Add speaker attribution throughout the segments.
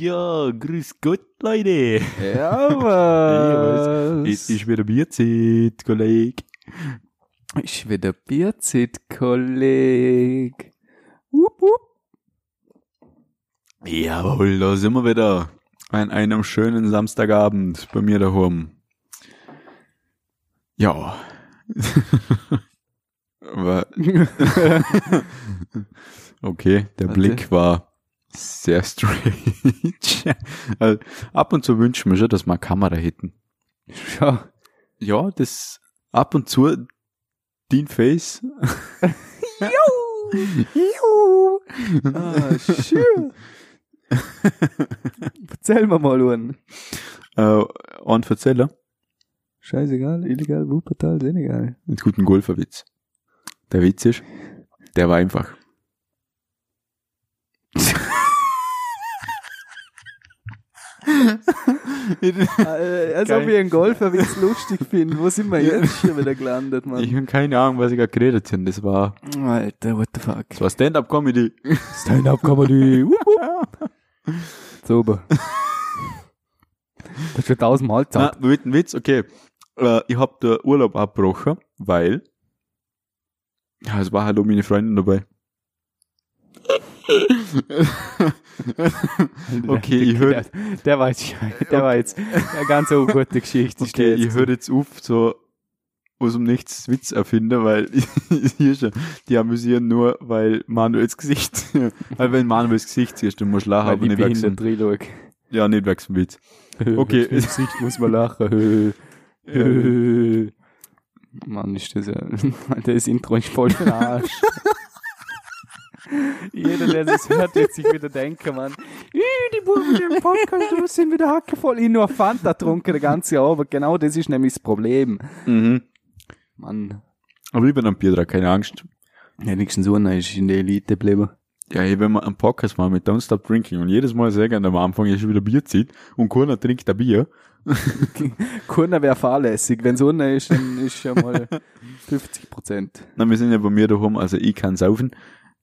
Speaker 1: Ja, grüß Gott, Leute.
Speaker 2: Ja, was?
Speaker 1: Es ist wieder Bierzeit, Kollege.
Speaker 2: Ist wieder Bierzeit, Kolleg. Wupp, wupp.
Speaker 1: Jawohl, da sind wir wieder. An einem schönen Samstagabend bei mir daheim. Ja. Wa- okay, der
Speaker 2: Warte.
Speaker 1: Blick war sehr strange. Also, ab und zu wünsche ich mir schon, dass wir eine Kamera hätten.
Speaker 2: Schau.
Speaker 1: Ja, das ab und zu Dean Face.
Speaker 2: Juhu. Ah, schön. Erzähl mir mal einen.
Speaker 1: Äh, und Verzeller.
Speaker 2: Scheißegal, illegal, Wuppertal, Senegal.
Speaker 1: einen guten Golferwitz. Der Witz ist, der war einfach. ich
Speaker 2: Äh, als
Speaker 1: Geil.
Speaker 2: ob ich einen Golfer wenn's lustig finde. Wo sind wir
Speaker 1: Ja.
Speaker 2: jetzt schon wieder gelandet, Mann?
Speaker 1: habe keine Ahnung, was ich gerade geredet habe. Das war,
Speaker 2: Alter, what the fuck.
Speaker 1: das war Stand-Up-Comedy.
Speaker 2: Stand-up-Comedy. Wupp, wupp. Sauber. Das ist schon tausendmal
Speaker 1: Na,
Speaker 2: gesagt.
Speaker 1: mit dem Witz, okay. Äh, ich habe den Urlaub abgebrochen, weil ja, es war halt auch meine Freundin dabei. okay, ich höre
Speaker 2: Der, der war jetzt, der war jetzt eine ganz eine gute Geschichte. ist
Speaker 1: Okay,
Speaker 2: der jetzt.
Speaker 1: ich höre jetzt auf, so aus dem Nichts Witz erfinden, weil hier schon, die amüsieren nur, weil Manuels Gesicht, weil wenn Manuels Gesicht siehst, dann musst du lachen,
Speaker 2: Weil
Speaker 1: aber
Speaker 2: ich
Speaker 1: nicht wegen
Speaker 2: behindert
Speaker 1: dem-
Speaker 2: drin schaue.
Speaker 1: ja, nicht wegen dem Witz. Okay.
Speaker 2: Im Gesicht muss man lachen.
Speaker 1: Äh,
Speaker 2: Mann, ist das ein, das Intro ist voll für den Arsch. Jeder, der das hört, wird sich wieder denken, Mann. Ih, Die Buben die im Podcast die sind wieder hackevoll. Ich nur Fanta trunken den ganzen Abend. Genau das ist nämlich das Problem.
Speaker 1: mhm.
Speaker 2: Mann.
Speaker 1: Aber ich bin am Bier dran, keine Angst.
Speaker 2: Ja, wenigstens einer ist in der Elite geblieben.
Speaker 1: Ja, hey, wenn wir einen Podcast machen mit Don't Stop Drinking und jedes Mal sagen am Anfang ist wieder Bier zieht und keiner trinkt ein Bier,
Speaker 2: Keiner wäre fahrlässig. Wenn so einer ist, dann ist schon mal 50 Prozent.
Speaker 1: na, wir sind ja bei mir daheim, also ich kann saufen,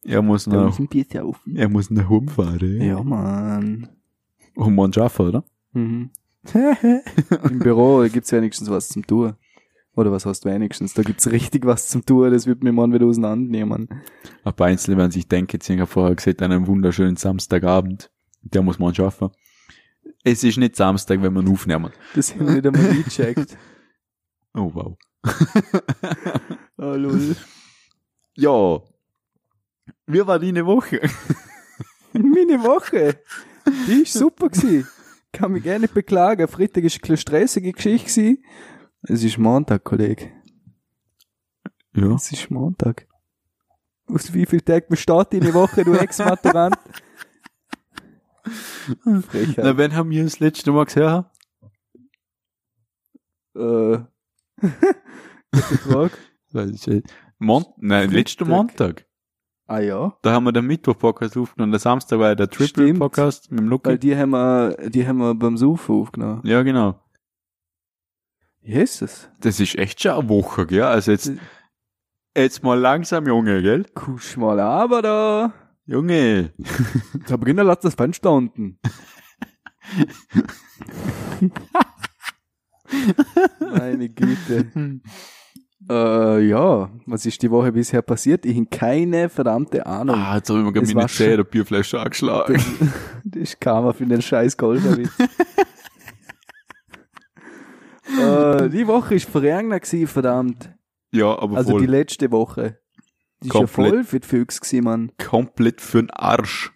Speaker 1: er muss nach,
Speaker 2: ein Bier auf.
Speaker 1: er muss nach Home fahren.
Speaker 2: Ja, Mann.
Speaker 1: Und man schaffen, oder?
Speaker 2: Mhm. Im Büro gibt's wenigstens was zum Tun. Oder was heißt wenigstens? Da gibt's richtig was zum Tun, das wird mir morgen wieder auseinandernehmen.
Speaker 1: Ein paar Einzelne werden sich denken, sie haben vorher gesagt, an einem wunderschönen Samstagabend. Der muss man schaffen. Es ist nicht Samstag, wenn man aufnehmen.
Speaker 2: Das haben wir nicht einmal gecheckt.
Speaker 1: Oh wow.
Speaker 2: Oh, lol.
Speaker 1: Ja. Wie war deine Woche?
Speaker 2: Meine Woche, die ist super gewesen. Kann mich gerne nicht beklagen. Freitag ist eine stressige Geschichte gewesen. Es ist Montag, Kollege.
Speaker 1: Ja.
Speaker 2: Es ist Montag. Aus wie viel Tagen besteht deine Woche, du Ex-Maturant? Frechheit.
Speaker 1: Na, wann haben wir das letzte Mal gesehen?
Speaker 2: Äh. Gute Frage.
Speaker 1: Weiß ich nicht. äh, Mon Nein, letzten Montag.
Speaker 2: Ah ja.
Speaker 1: Da haben wir den Mittwoch-Podcast aufgenommen. Der Samstag war ja der
Speaker 2: Stimmt.
Speaker 1: Triple-Podcast mit dem
Speaker 2: Weil
Speaker 1: Lucky.
Speaker 2: die haben wir, die haben wir beim Saufen aufgenommen.
Speaker 1: Ja, genau.
Speaker 2: Jesus.
Speaker 1: Das ist echt schon eine Woche, gell? Also jetzt, jetzt mal langsam, Junge, gell?
Speaker 2: Kusch mal aber da.
Speaker 1: Junge.
Speaker 2: Sabrina lässt das Fenster unten. Meine Güte. Äh, ja, was ist die Woche bisher passiert? Ich habe keine verdammte Ahnung.
Speaker 1: Ah, jetzt habe ich mir
Speaker 2: Das
Speaker 1: gerade
Speaker 2: war
Speaker 1: meine
Speaker 2: schon-
Speaker 1: Zähne der Bierflasche angeschlagen.
Speaker 2: Das, das ist Karma für den scheiß Golferwitz. äh, die Woche ist vergangen gewesen, verdammt.
Speaker 1: Ja, aber
Speaker 2: Also
Speaker 1: voll
Speaker 2: die letzte Woche. Die ist ja
Speaker 1: Komplett.
Speaker 2: voll für die Füchse gewesen, Mann.
Speaker 1: komplett für'n Arsch.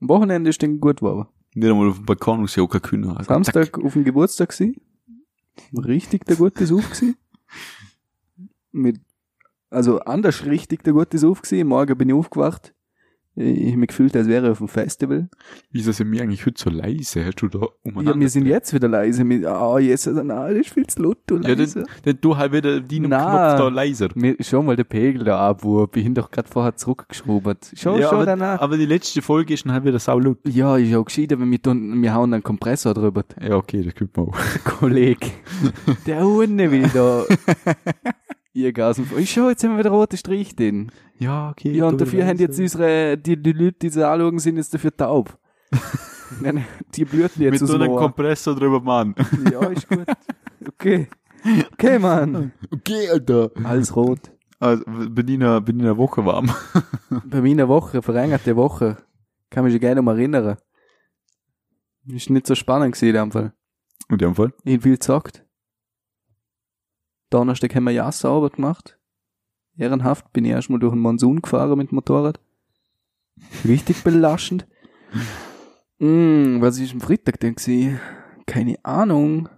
Speaker 2: Am Wochenende ist dann gut geworden.
Speaker 1: Nicht einmal auf dem Balkon und sie können. Also,
Speaker 2: Samstag auf dem Geburtstag gewesen. Richtig der gute Sauf gewesen. Mit, also anders richtig der gute Sauf gewesen. Morgen bin ich aufgewacht. Ich habe mich gefühlt, als wäre ich auf dem Festival.
Speaker 1: Zack. Wieso sind wir eigentlich heute so leise? Hast du da
Speaker 2: Ja, wir sind jetzt wieder leise. Mit, ah, jetzt, also, na, das ist viel zu laut, du
Speaker 1: Ja,
Speaker 2: leise.
Speaker 1: denn, denn du halt wieder deinen
Speaker 2: Nein.
Speaker 1: Knopf da leiser.
Speaker 2: mir, schon mal der Pegel da abwurb. Ich bin doch gerade vorher zurückgeschraubt. Schon,
Speaker 1: ja,
Speaker 2: schon
Speaker 1: aber,
Speaker 2: danach.
Speaker 1: aber die letzte Folge ist dann halt wieder saulaut.
Speaker 2: ja, ist ja auch gescheiter, wenn wir, tun, wir hauen einen Kompressor drüber.
Speaker 1: Ja, okay, das könnte man auch.
Speaker 2: Kollege. Der Hunde will da. Ihr Gasen. Ich schau, jetzt haben wir wieder rote Strich drin.
Speaker 1: Ja, okay.
Speaker 2: Ja,
Speaker 1: tu
Speaker 2: und
Speaker 1: wieder
Speaker 2: dafür haben
Speaker 1: leiser.
Speaker 2: jetzt unsere, die, die Leute, die sie anschauen, sind jetzt dafür taub. Nein, nein, die blühten jetzt
Speaker 1: Mit
Speaker 2: aus
Speaker 1: so
Speaker 2: dem
Speaker 1: einem
Speaker 2: Ohr.
Speaker 1: Kompressor drüber, Mann.
Speaker 2: Ja, ist gut. Okay. Okay, Mann.
Speaker 1: Okay, Alter.
Speaker 2: Alles rot.
Speaker 1: Also, bin ich in einer, bin ich in einer Woche warm.
Speaker 2: Bei mir in der Woche, verlängerte Woche. Kann mich schon gerne mal erinnern. Ist nicht so spannend gewesen, in dem Fall.
Speaker 1: In dem Fall.
Speaker 2: Ich hab viel gesagt. Donnerstag haben wir ja sauber gemacht. Ehrenhaft bin ich erstmal durch den Monsun gefahren mit dem Motorrad. Richtig belastend. mm, was ist am Freitag denn gewesen? Keine Ahnung.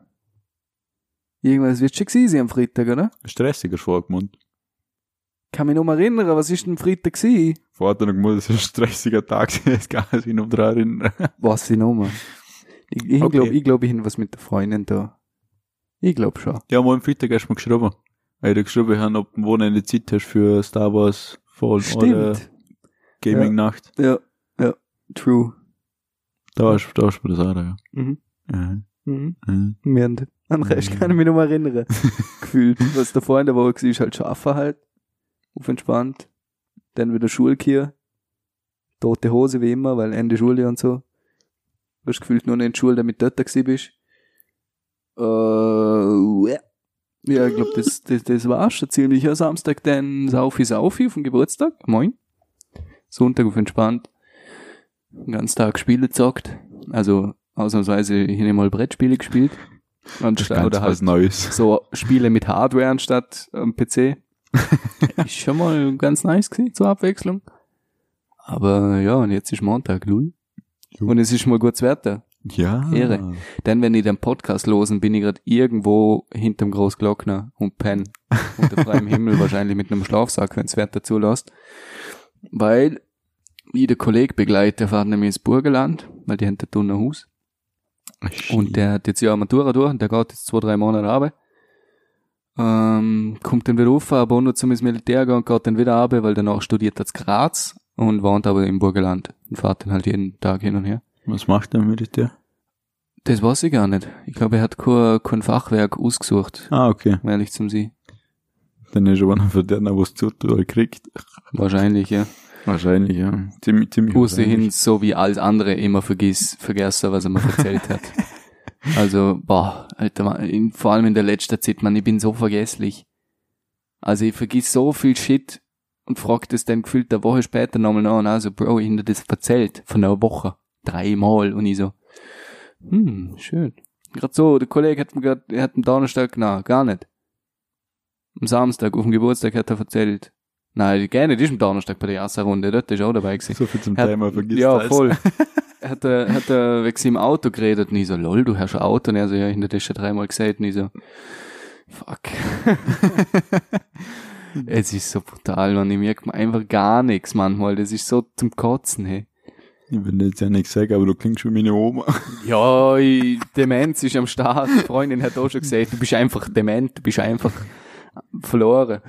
Speaker 2: Irgendwas wird schon gewesen sein am Freitag, oder?
Speaker 1: Stressiger Schwargmund.
Speaker 2: Kann mich noch mal erinnern, was ist denn am Freitag gewesen?
Speaker 1: Vorher noch mal, das ist ein stressiger Tag, es kann sich noch dran erinnern.
Speaker 2: Was ich nochmal. Ich, ich
Speaker 1: Okay.
Speaker 2: glaube, ich, glaub, ich hab was mit der Freundin da. Ich glaube schon.
Speaker 1: Ja, mal am Freitag erstmal geschrieben. Weil ich da geschrieben habe, ob du am Wochenende Zeit hast für Star Wars Fall oder
Speaker 2: Stimmt.
Speaker 1: Gaming Nacht.
Speaker 2: Ja, ja, true.
Speaker 1: Da hast, da hast du mir das auch, ja.
Speaker 2: Mhm.
Speaker 1: Mhm.
Speaker 2: Mhm.
Speaker 1: Mhm.
Speaker 2: Während an den Rest kann ich mich noch mal erinnern. Gefühlt, was da vorhin der Woche war, ist halt schaffen halt. Auf entspannt. Dann wieder Schulkehr. Tote Hose wie immer, weil Ende Schule und so. Du hast gefühlt nur nicht in die Schule, damit du dort gewesen bist. Äh, ja. ja, ich glaube, das, das, das war's schon ziemlich. Am Samstag dann Saufi Saufi vom Geburtstag. Moin. Sonntag auf entspannt. Den ganzen Tag Spiele gezockt. Also ausnahmsweise hier mal Brettspiele gespielt.
Speaker 1: Das ist
Speaker 2: Anstatt,
Speaker 1: ganz
Speaker 2: oder halt
Speaker 1: was Neues.
Speaker 2: so Spiele mit Hardware anstatt am PC. ist schon mal ganz nice gewesen, zur Abwechslung. Aber ja, und jetzt ist Montag, lul.
Speaker 1: Jo.
Speaker 2: Und es ist mal gutes Wetter.
Speaker 1: Ja.
Speaker 2: Ehre. Denn wenn ich den Podcast losen, bin ich gerade irgendwo hinterm Großglockner und penn. Unter freiem Himmel wahrscheinlich mit einem Schlafsack, wenns Wetter zulässt. Weil ich den Kollege begleite, der fährt nämlich ins Burgenland, weil die haben dort unten ein Haus. Und der hat jetzt ja Matura durch und der geht jetzt zwei, drei Monate runter. Ähm, kommt dann wieder rauf, aber auch nur zum ins Militär gehen und geht dann wieder runter, weil danach studiert er in Graz und wohnt aber im Burgenland und fährt dann halt jeden Tag hin und her.
Speaker 1: Was macht der Militär?
Speaker 2: Das weiß ich gar nicht. Ich glaube, er hat kein, kein Fachwerk ausgesucht,
Speaker 1: Ah, okay.
Speaker 2: um ehrlich zum Sie.
Speaker 1: Dann ist er einer von denen, was zu tun kriegt.
Speaker 2: Wahrscheinlich, ja.
Speaker 1: Wahrscheinlich, ja. Ziemlich, ziemlich.
Speaker 2: Puste hin,
Speaker 1: wahrscheinlich.
Speaker 2: so wie alles andere immer vergiss, vergessen, was er mir erzählt hat. Also, boah, Alter, man, in, vor allem in der letzten Zeit, man, ich bin so vergesslich. Also, ich vergiss so viel Shit und frag das dann gefühlt eine Woche später nochmal nach und also, Bro, ich hab dir das erzählt, von einer Woche, dreimal und ich so, hm, schön. Gerade so, der Kollege hat mir gerade, er hat am Donnerstag, na, gar nicht. Am Samstag, auf dem Geburtstag hat er erzählt. Nein, gar nicht, ist am Donnerstag bei der Jassa-Runde, dort ist er auch dabei gewesen.
Speaker 1: So viel zum
Speaker 2: Hat-
Speaker 1: Thema, vergiss
Speaker 2: Ja,
Speaker 1: das.
Speaker 2: voll. hat er, hat er wegen im Auto geredet und ich so, lol, du hast ein Auto und er so, ja, hinter dir schon dreimal gesagt und ich so, fuck. es ist so brutal, man, ich merke mir einfach gar nichts manchmal, das ist so zum Kotzen, hey.
Speaker 1: Ich will jetzt ja nichts sagen, aber du klingst wie meine Oma.
Speaker 2: Ja, ich, Demenz ist am Start, Die Freundin hat auch schon gesagt, du bist einfach dement, du bist einfach verloren.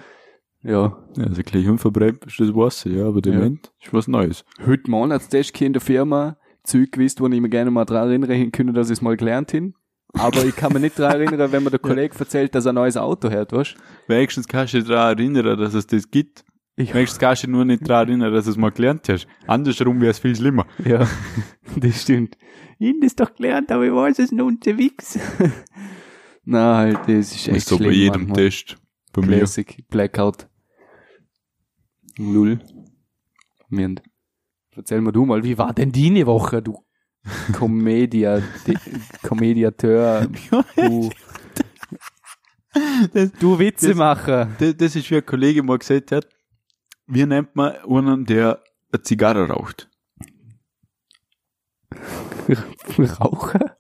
Speaker 2: Ja,
Speaker 1: Ja, also gleich unverbreitet ist das Wasser, ja, aber dement ist was Neues.
Speaker 2: heute Monatstest hier in der Firma Zeug gewusst, wo ich mir gerne mal dran erinnern hätte können, dass ich es mal gelernt habe. Aber ich kann mir nicht dran erinnern, wenn mir der Kollege erzählt, dass er ein neues Auto hat, weißt du?
Speaker 1: Wenigstens kannst du dich daran erinnern, dass es das gibt.
Speaker 2: Ich-
Speaker 1: Wenigstens kannst du dich nur nicht daran erinnern, dass du es mal gelernt hast. Andersrum wäre es viel schlimmer.
Speaker 2: Ja, das stimmt. Ich habe das doch gelernt, aber ich weiß es nun unterwegs. Nein, halt, das ist echt
Speaker 1: Ist so
Speaker 2: schlimm,
Speaker 1: bei jedem
Speaker 2: manchmal.
Speaker 1: Test. Bei mir.
Speaker 2: Classic, Blackout. Null. Mirnd. Erzähl mal du mal, wie war denn deine Woche, du Comedia, de, Comediateur, du,
Speaker 1: Das,
Speaker 2: du Witzemacher.
Speaker 1: das, das ist wie ein Kollege mal gesagt hat, wie nennt man einen, der eine Zigarre raucht?
Speaker 2: Raucher?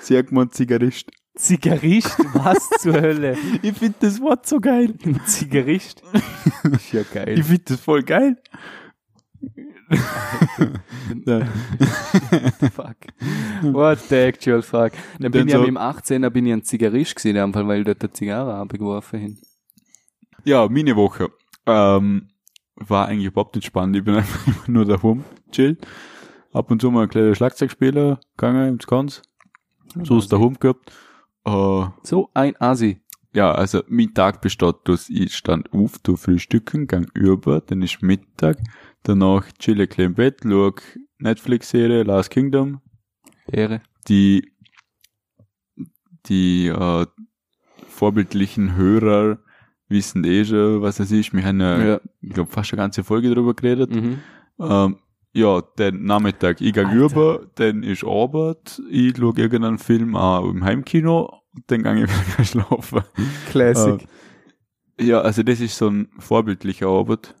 Speaker 1: Sagt man Zigarist.
Speaker 2: Zigarist? Was zur Hölle?
Speaker 1: Ich finde das Wort so geil.
Speaker 2: Ein Zigarist? Ist ja
Speaker 1: Ich
Speaker 2: geil.
Speaker 1: finde das voll geil. Ja.
Speaker 2: Fuck. What the actual fuck. Dann bin
Speaker 1: Dann
Speaker 2: ich ja
Speaker 1: so-
Speaker 2: mit dem 18er bin ich ein Zigarist gewesen, in dem Fall, weil ich dort eine Zigarre abgeworfen hin.
Speaker 1: Ja, meine Woche. Ähm, war eigentlich überhaupt nicht spannend. Ich bin einfach immer nur daheim, chill. Ab und zu mal ein kleiner Schlagzeugspieler gegangen ins Konz. So ist daheim gehabt. Äh,
Speaker 2: So ein Asi.
Speaker 1: ja, also mein Tag besteht aus, ich stand auf, tu frühstücken, gang über, dann ist Mittag, danach chill ich ein bisschen im Bett, schau Netflix-Serie, Last Kingdom,
Speaker 2: Ehre.
Speaker 1: die, die äh, vorbildlichen Hörer wissen eh schon, was das ist. Wir haben ja, ich glaube, fast eine ganze Folge darüber geredet.
Speaker 2: Mhm.
Speaker 1: Ähm, ja, den Nachmittag, ich gang
Speaker 2: Alter.
Speaker 1: rüber, dann ist Arbeit, ich schaue irgendeinen Film auch im Heimkino und dann gang ich wieder schlafen.
Speaker 2: Classic.
Speaker 1: Ja, also das ist so ein vorbildlicher Arbeit.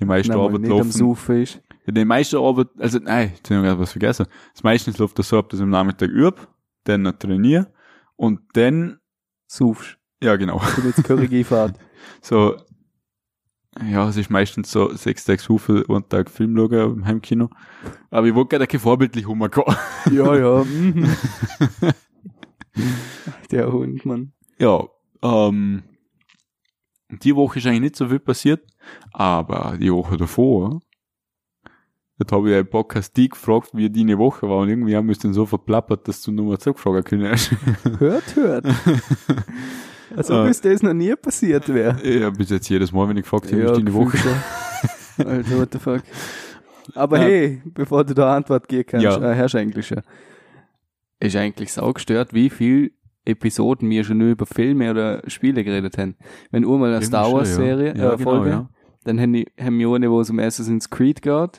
Speaker 1: Die meisten
Speaker 2: Nein,
Speaker 1: Arbeit
Speaker 2: nicht am
Speaker 1: laufen.
Speaker 2: Saufen ist.
Speaker 1: Ja, die meisten Arbeit, also nein, jetzt habe ich gerade was vergessen. Das meistens läuft das so ab, dass ich am Nachmittag übe, dann noch trainiere und dann,
Speaker 2: Saufst.
Speaker 1: ja genau,
Speaker 2: Ich bin jetzt Curry-Geifahrt.
Speaker 1: so, ja, es ist meistens so sechs Tage Hufe und Tag Film schauen im Heimkino. Aber ich wollte gerade kein vorbildlich rumgehen.
Speaker 2: ja, ja. mhm. Der Hund, Mann.
Speaker 1: Ja, ähm, die Woche ist eigentlich nicht so viel passiert, aber die Woche davor, dort habe ich ja im Podcast die gefragt, wie deine Woche war und irgendwie haben wir es dann so verplappert, dass du nochmal zurückfragen kannst.
Speaker 2: Hört, hört. Als ob
Speaker 1: Äh.
Speaker 2: es das noch nie passiert wäre.
Speaker 1: ja, bis jetzt jedes Mal, wenn ich gefragt habe, wie ist deine Woche.
Speaker 2: schon. Alter, what the fuck. Aber
Speaker 1: Ja.
Speaker 2: hey, bevor du da Antwort geben kannst,
Speaker 1: Ja.
Speaker 2: äh, herrsch eigentlich schon. Ist eigentlich saugestört, wie viel Episoden wir schon nur über Filme oder Spiele geredet haben. Wenn du mal eine Star Wars Serie,
Speaker 1: ja,
Speaker 2: äh, Folge,
Speaker 1: genau,
Speaker 2: dann haben die Hermione, wo es um Assassin's Creed geht
Speaker 1: ja.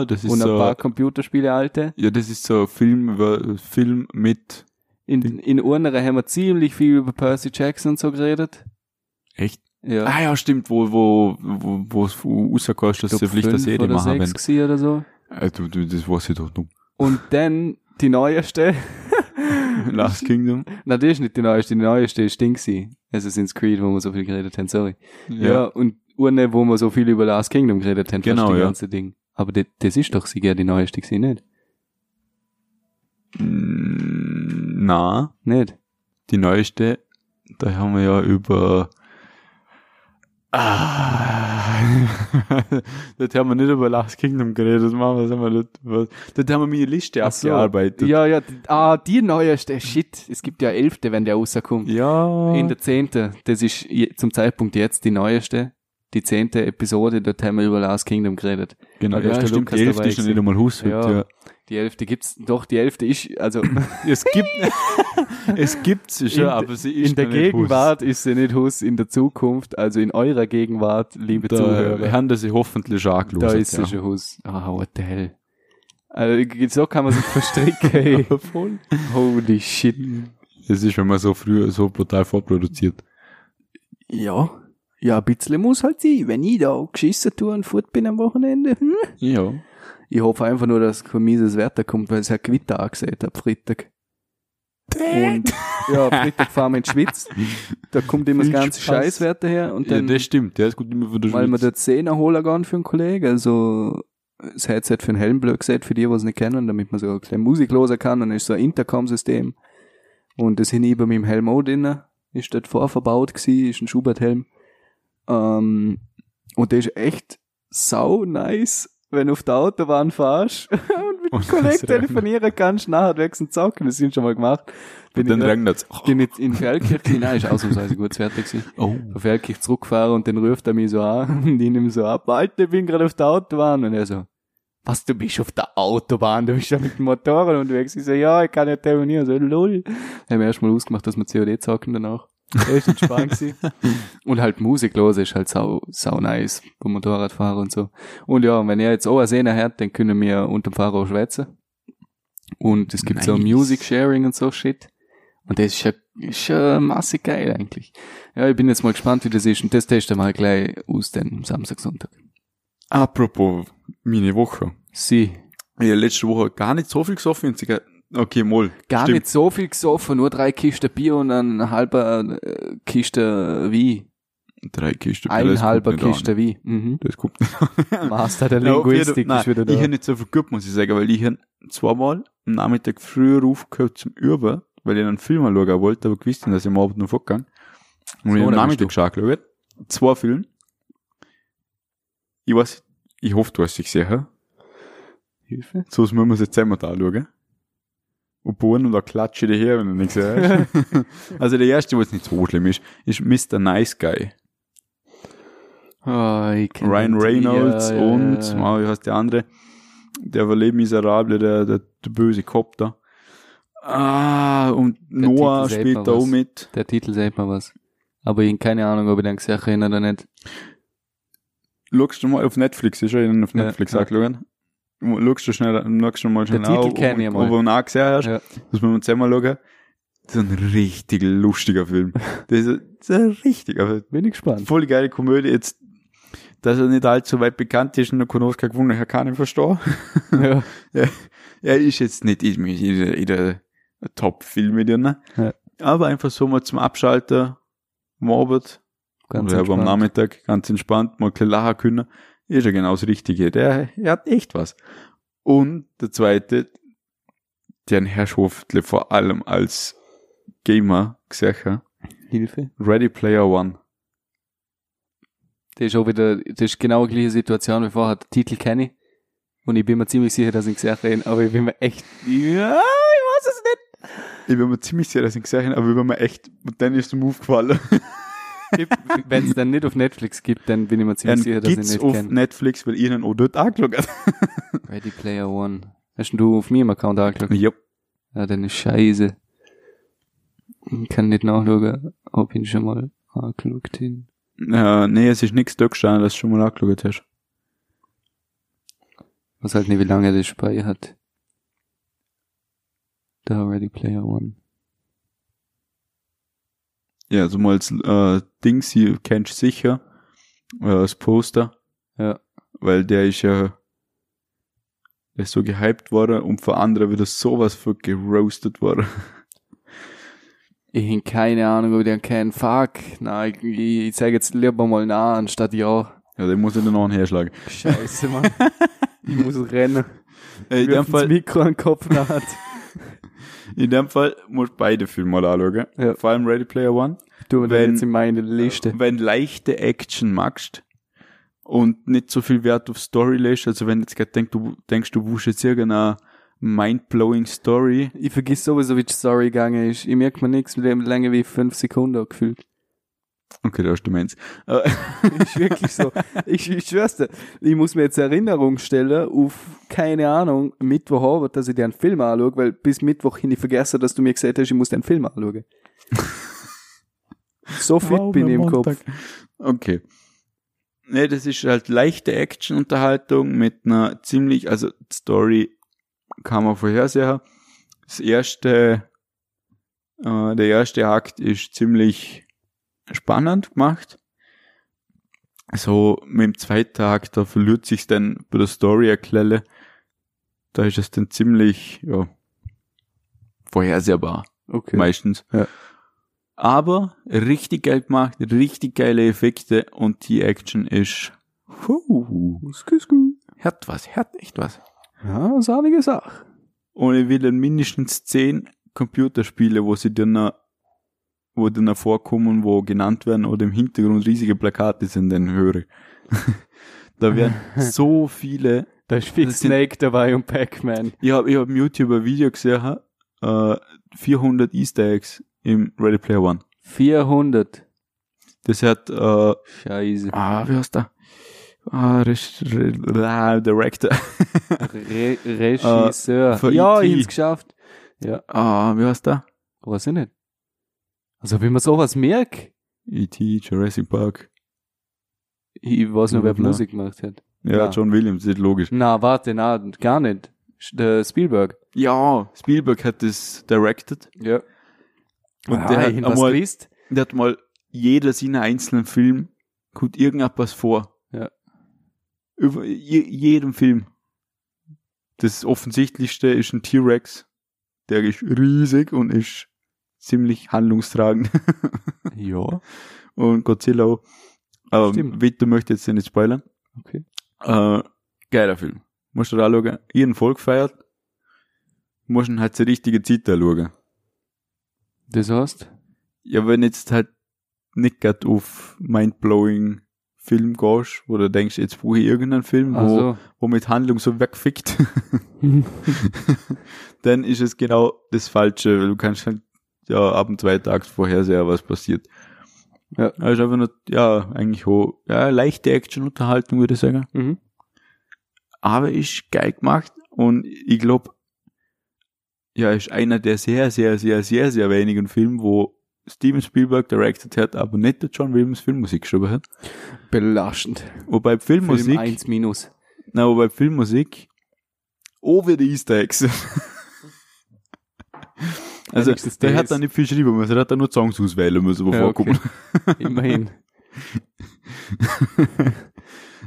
Speaker 1: ja, das ist
Speaker 2: und ein
Speaker 1: so,
Speaker 2: paar Computerspiele alte.
Speaker 1: ja, das ist so ein Film, über- Film mit,
Speaker 2: In, in Urnerer haben wir ziemlich viel über Percy Jackson und so geredet.
Speaker 1: echt?
Speaker 2: Ja.
Speaker 1: Ah ja, stimmt, wo, wo, wo, wo es rausgekommen ist, dass
Speaker 2: Ich eh
Speaker 1: sie
Speaker 2: glaub,
Speaker 1: vielleicht eine
Speaker 2: fünf
Speaker 1: Serie
Speaker 2: oder
Speaker 1: machen
Speaker 2: sechs
Speaker 1: werden.
Speaker 2: gewesen oder so.
Speaker 1: Äh, du, du, das weiß ich doch noch.
Speaker 2: Und dann die neueste.
Speaker 1: Last Kingdom.
Speaker 2: Nein, die ist nicht die neueste. Die neueste ist Ding gewesen. Assassin's Creed, wo wir so viel geredet haben, sorry. Ja, und Urne, wo wir so viel über Last Kingdom geredet haben,
Speaker 1: Genau,
Speaker 2: fast das
Speaker 1: ja.
Speaker 2: ganze Ding. Aber das, das ist doch sicher die neueste gewesen, nicht?
Speaker 1: Mm, Na,
Speaker 2: Nicht?
Speaker 1: die neueste, da haben wir ja über. Ah, das haben wir nicht über Last Kingdom geredet, Mann, was haben wir das, was, das haben wir meine Liste
Speaker 2: Ach so.
Speaker 1: abgearbeitet.
Speaker 2: Ja, ja, die, ah, die neueste, shit. Es gibt ja elfte, wenn der rauskommt.
Speaker 1: ja.
Speaker 2: In der zehnten, das ist je, zum Zeitpunkt jetzt die neueste, die zehnte Episode, dort haben wir über Last Kingdom geredet.
Speaker 1: genau,
Speaker 2: da ist
Speaker 1: ja,
Speaker 2: der
Speaker 1: stimmt,
Speaker 2: Lukas
Speaker 1: die Hälfte
Speaker 2: dabei
Speaker 1: ist noch
Speaker 2: gewesen.
Speaker 1: nicht einmal Huswit,
Speaker 2: Ja.
Speaker 1: ja.
Speaker 2: Die elfte gibt's, doch, die elfte ist, also,
Speaker 1: Es gibt, es gibt sie schon,
Speaker 2: In-
Speaker 1: aber sie ist
Speaker 2: in der
Speaker 1: noch nicht
Speaker 2: Gegenwart ist sie nicht Huss, in der Zukunft, also in eurer Gegenwart, liebe
Speaker 1: Hus. Da
Speaker 2: Zuhörer,
Speaker 1: haben sie hoffentlich auch
Speaker 2: da ist sie
Speaker 1: ja.
Speaker 2: schon Huss. Ah, what the hell. Also, so kann man sich verstricken, ey.
Speaker 1: Voll.
Speaker 2: Holy shit.
Speaker 1: Es ist, wenn man so früh, so brutal vorproduziert.
Speaker 2: Ja. Ja, ein bisschen muss halt sein, wenn ich da geschissen tue und fort bin am Wochenende. Hm?
Speaker 1: Ja.
Speaker 2: Ich hoffe einfach nur, dass kein mieses Wetter kommt, weil es ja Gewitter angesät hat, Freitag. Und, ja, Freitag fahren wir in die Schweiz, da kommt immer das
Speaker 1: Viel
Speaker 2: ganze
Speaker 1: Spaß.
Speaker 2: Scheißwetter her und
Speaker 1: ja,
Speaker 2: dann
Speaker 1: das stimmt, der ist gut immer von der
Speaker 2: weil wir
Speaker 1: Schweiz.
Speaker 2: dort 10 holen gehen für einen Kollegen, also das Headset für einen Helm blöd gesagt, für die, die es nicht kennen, damit man so ein bisschen Musik hören kann, dann ist so ein Intercom-System und das hinüber mit dem Helm auch drin, ist dort vorverbaut gewesen, ist ein Schubert-Helm ähm, und der ist echt sau nice, wenn du auf der Autobahn fahrst und mit dem
Speaker 1: Und
Speaker 2: Kollegen
Speaker 1: es regnet.
Speaker 2: telefonieren kannst, nachher wechseln zocken, das sind schon mal gemacht. Bin
Speaker 1: Und dann
Speaker 2: ich grad-
Speaker 1: regnet
Speaker 2: bin jetzt in Feldkirch, nein, ist ausnahmsweise gut zu Wetter gewesen
Speaker 1: Oh.
Speaker 2: auf Erkirch zurückgefahren und dann ruft er mich so an und ich nehme so ab, Alter, ich bin gerade auf der Autobahn. Und er so, was, du bist auf der Autobahn, du bist ja mit dem Motorrad unterwegs. Ich so, ja, ich kann ja telefonieren. So, lol. Haben wir erstmal ausgemacht, dass wir COD zocken danach. Er ist entspannt gewesen. Und halt Musik los ist halt sau, sau nice beim Motorradfahren und so. Und ja, und wenn ihr jetzt auch Sehne hört, dann können wir unter dem Fahrer auch schwätzen. Und es gibt so
Speaker 1: Nice.
Speaker 2: Music Sharing und so Shit. Und das ist ja, ist ja massig geil eigentlich. Ja, ich bin jetzt mal gespannt, wie das ist. Und das testen wir halt gleich aus dann am Samstag, Sonntag.
Speaker 1: Apropos meine Woche.
Speaker 2: Sie.
Speaker 1: Ich habe letzte Woche gar nicht so viel gesoffen. und sogar- Okay, mal.
Speaker 2: Gar
Speaker 1: Stimmt.
Speaker 2: nicht so viel gesoffen, nur drei Kisten Bier und eine halbe äh, Kiste Wein.
Speaker 1: Drei Kisten. Bier,
Speaker 2: Ein
Speaker 1: das
Speaker 2: halber
Speaker 1: kommt nicht
Speaker 2: Kiste Wein. Mhm.
Speaker 1: An. Das kommt nicht an.
Speaker 2: Master der
Speaker 1: Ja, auf jeden-
Speaker 2: Linguistik
Speaker 1: Nein,
Speaker 2: ist wieder
Speaker 1: Ich
Speaker 2: da.
Speaker 1: habe nicht so viel geübt, muss ich sagen, weil ich habe zweimal am Nachmittag früher aufgehört zum Üben, weil ich einen Film anschauen wollte, aber gewusst habe, dass ich am Abend noch fortgegangen. Und ich habe
Speaker 2: So,
Speaker 1: am
Speaker 2: dann bist
Speaker 1: Nachmittag schon angeschaut. Zwei Filme. Ich weiß, ich hoffe, du hast dich gesehen.
Speaker 2: Hilfe.
Speaker 1: So müssen wir es jetzt einmal da anschauen. Und bohren und da klatsche ich daher, wenn du nichts hörst. also der erste, was nicht so schlimm ist, ist Mr. Nice Guy.
Speaker 2: Oh, ich kenn
Speaker 1: Ryan
Speaker 2: den.
Speaker 1: Reynolds
Speaker 2: Ja, ja,
Speaker 1: und,
Speaker 2: ja.
Speaker 1: ah, wie heißt der andere? Der war Les Miserable, der, der, der böse Cop da. Ah, und
Speaker 2: Der
Speaker 1: Noah
Speaker 2: Titel sagt
Speaker 1: spielt
Speaker 2: mir
Speaker 1: da
Speaker 2: was.
Speaker 1: auch mit.
Speaker 2: Der Titel sagt mir was. Aber ich keine Ahnung, ob ich den gesehen habe oder nicht.
Speaker 1: Schaust du mal auf Netflix, ist ja in- auf
Speaker 2: Ja,
Speaker 1: Netflix
Speaker 2: ja.
Speaker 1: ja. angeschaut. Schaust du schnell, schaust du mal schnell
Speaker 2: Titel
Speaker 1: ob-
Speaker 2: kenn ich
Speaker 1: ob,
Speaker 2: mal.
Speaker 1: ob du ihn auch gesehen hast.
Speaker 2: Ja.
Speaker 1: Das müssen wir zusammen schauen. Das ist ein richtig lustiger Film. Das ist, das ist ein richtig, aber
Speaker 2: Bin ich gespannt.
Speaker 1: voll geile Komödie. Jetzt, dass er nicht allzu weit bekannt ist und noch keinen Oscar gewonnen hat, kann ich verstehen.
Speaker 2: ja.
Speaker 1: Er ist jetzt nicht in, in, in der Top-Film drin.
Speaker 2: Ja.
Speaker 1: Aber einfach so mal zum Abschalten, am Abend
Speaker 2: Ganz
Speaker 1: oder aber am
Speaker 2: entspannt.
Speaker 1: Nachmittag, ganz entspannt, mal ein bisschen lachen können. Ist ja genau das Richtige. Der, er hat echt was. Und der zweite, den Herrschaftle vor allem als Gamer gesehen, habe,
Speaker 2: Hilfe.
Speaker 1: Ready Player One.
Speaker 2: Das ist auch wieder, das ist genau die gleiche Situation wie vorher. Den Titel kenne ich. Und ich bin mir ziemlich sicher, dass ich ihn gesehen habe. Aber ich bin mir echt, ja, ich weiß es nicht.
Speaker 1: Ich bin mir ziemlich sicher, dass ich ihn gesehen habe, aber ich bin mir echt, und dann ist der Move gefallen.
Speaker 2: Wenn es dann nicht auf Netflix gibt, dann bin ich mir ziemlich
Speaker 1: Dann
Speaker 2: sicher, dass ich
Speaker 1: gibt's
Speaker 2: ihn
Speaker 1: auf
Speaker 2: nicht kenne.
Speaker 1: Netflix, weil ich ihn auch dort angeschaut habe.
Speaker 2: Ready Player One. Hast denn du auf meinem Account angeschaut?
Speaker 1: Ja,
Speaker 2: Ja, deine Scheiße. Ich kann nicht nachschauen, ob ich ihn schon mal angeschaut habe.
Speaker 1: Äh, nee, es ist nichts da gestanden, dass du schon mal angeschaut hast.
Speaker 2: Was halt nicht, wie lange das Speicher hat. Da Ready Player One.
Speaker 1: Ja, also mal als äh, Ding, sie kennst du sicher, äh, das Poster.
Speaker 2: Ja.
Speaker 1: Weil der ist ja der ist so gehypt worden und für andere wieder sowas für geroastet worden.
Speaker 2: Ich hab keine Ahnung, ob ich den kenne. Fuck. Nein, ich, ich zeig jetzt lieber mal nah, anstatt ja.
Speaker 1: Ja, den muss ich dann noch herschlagen.
Speaker 2: Scheiße, Mann. ich muss rennen.
Speaker 1: Äh, in, dem
Speaker 2: Wirf das
Speaker 1: Fall,
Speaker 2: Mikro an den Kopf naht.
Speaker 1: in dem Fall musst du beide Filme mal anschauen.
Speaker 2: Ja.
Speaker 1: Vor allem Ready Player One.
Speaker 2: Du,
Speaker 1: Wenn-
Speaker 2: wenn jetzt in meine Liste.
Speaker 1: Wenn leichte Action magst und nicht so viel Wert auf Story legst, also wenn jetzt gerade denkst, du denkst, du wusst jetzt irgendeine mind-blowing Story,
Speaker 2: Ich vergiss sowieso, wie die Story gegangen ist. Ich merk mir nichts mit dem länger wie fünf Sekunden gefühlt.
Speaker 1: Okay, da hast du äh, meins.
Speaker 2: ist wirklich so. Ich, ich schwör's dir. Ich muss mir jetzt Erinnerung stellen auf, keine Ahnung, Mittwochabend, dass ich dir einen Film anschaue, weil bis Mittwoch hin ich vergesse, dass du mir gesagt hast, ich muss dir einen Film anschauen. so fit bin ich im Kopf.
Speaker 1: Okay. Ne, das ist halt leichte Action-Unterhaltung mit einer ziemlich, also die Story kann man vorhersehen. Das erste, äh, der erste Akt ist ziemlich spannend gemacht. So mit dem zweiten Akt, da verliert sich dann bei der Story erkläre. Da ist es dann ziemlich, ja, vorhersehbar
Speaker 2: Okay.
Speaker 1: meistens.
Speaker 2: Ja.
Speaker 1: Aber richtig geil gemacht, richtig geile Effekte und die Action ist. Huh, hat was, hat echt was.
Speaker 2: Ja, das ist eine einige Sache.
Speaker 1: Und ich will dann mindestens zehn Computerspiele, wo sie dann, noch- wo dann noch vorkommen, wo genannt werden oder im Hintergrund riesige Plakate sind, dann höre. da werden so viele
Speaker 2: Da ist
Speaker 1: Big
Speaker 2: Snake dabei und Pac-Man.
Speaker 1: Ich habe ich hab im YouTube ein Video gesehen, äh, 400 Easter Eggs im Ready Player One.
Speaker 2: 400.
Speaker 1: Das hat äh,
Speaker 2: Scheiße.
Speaker 1: Ah, wie heißt der? Ah, Reg- Re- ah, Director.
Speaker 2: Re Regisseur.
Speaker 1: für
Speaker 2: ja,
Speaker 1: E.T..
Speaker 2: ich hab's geschafft. Ja,
Speaker 1: Ah, wie heißt der?
Speaker 2: weiß ich nicht. Also, wenn man sowas merkt,
Speaker 1: E.T., E Jurassic Park.
Speaker 2: ich weiß nur, wer die
Speaker 1: Ja.
Speaker 2: Musik gemacht hat.
Speaker 1: Ja,
Speaker 2: Ja.
Speaker 1: John Williams, das ist logisch.
Speaker 2: Na, warte, na, gar nicht. Sch- Der Spielberg.
Speaker 1: Ja, Spielberg hat das directed.
Speaker 2: Ja.
Speaker 1: Und
Speaker 2: Ah,
Speaker 1: der, hat einmal,
Speaker 2: liest.
Speaker 1: der hat mal jeder seiner einzelnen Film kommt irgendetwas vor.
Speaker 2: Ja.
Speaker 1: Über je, jedem Film. Das offensichtlichste ist ein T-Rex. Der ist riesig und ist ziemlich handlungstragend.
Speaker 2: Ja.
Speaker 1: und Godzilla. auch. Ähm,
Speaker 2: Stimmt.
Speaker 1: Vito möchte jetzt nicht spoilern.
Speaker 2: Okay.
Speaker 1: Äh, geiler Film. Musst du da schauen. Ihren Volk feiert. Musst ihn halt zur richtigen Zeit da schauen.
Speaker 2: Das heißt,
Speaker 1: Ja, wenn jetzt halt nicht grad auf mindblowing Film gehst, wo du denkst, jetzt brauche ich irgendeinen Film, wo,
Speaker 2: also,
Speaker 1: wo mit Handlung so wegfickt, dann ist es genau das Falsche, weil du kannst halt ja ab dem zweiten Akt vorhersehen, was passiert.
Speaker 2: Ja.
Speaker 1: Also einfach nur, ja, eigentlich ho, ja, leichte Action-Unterhaltung, würde ich sagen.
Speaker 2: mhm.
Speaker 1: aber ist geil gemacht und ich glaube, ja, ist einer der sehr, sehr, sehr, sehr, sehr wenigen Filme, wo Steven Spielberg directed hat, aber nicht der John Williams Filmmusik geschrieben hat.
Speaker 2: Belastend.
Speaker 1: Wobei Filmmusik,
Speaker 2: Film 1 minus.
Speaker 1: na, wobei Filmmusik, oh, wie die Easter Eggs. also,
Speaker 2: Wenigstens
Speaker 1: der
Speaker 2: das.
Speaker 1: hat dann nicht viel schreiben müssen, der hat dann nur Songs auswählen müssen, wo
Speaker 2: Ja,
Speaker 1: vorkommen.
Speaker 2: okay. Immerhin.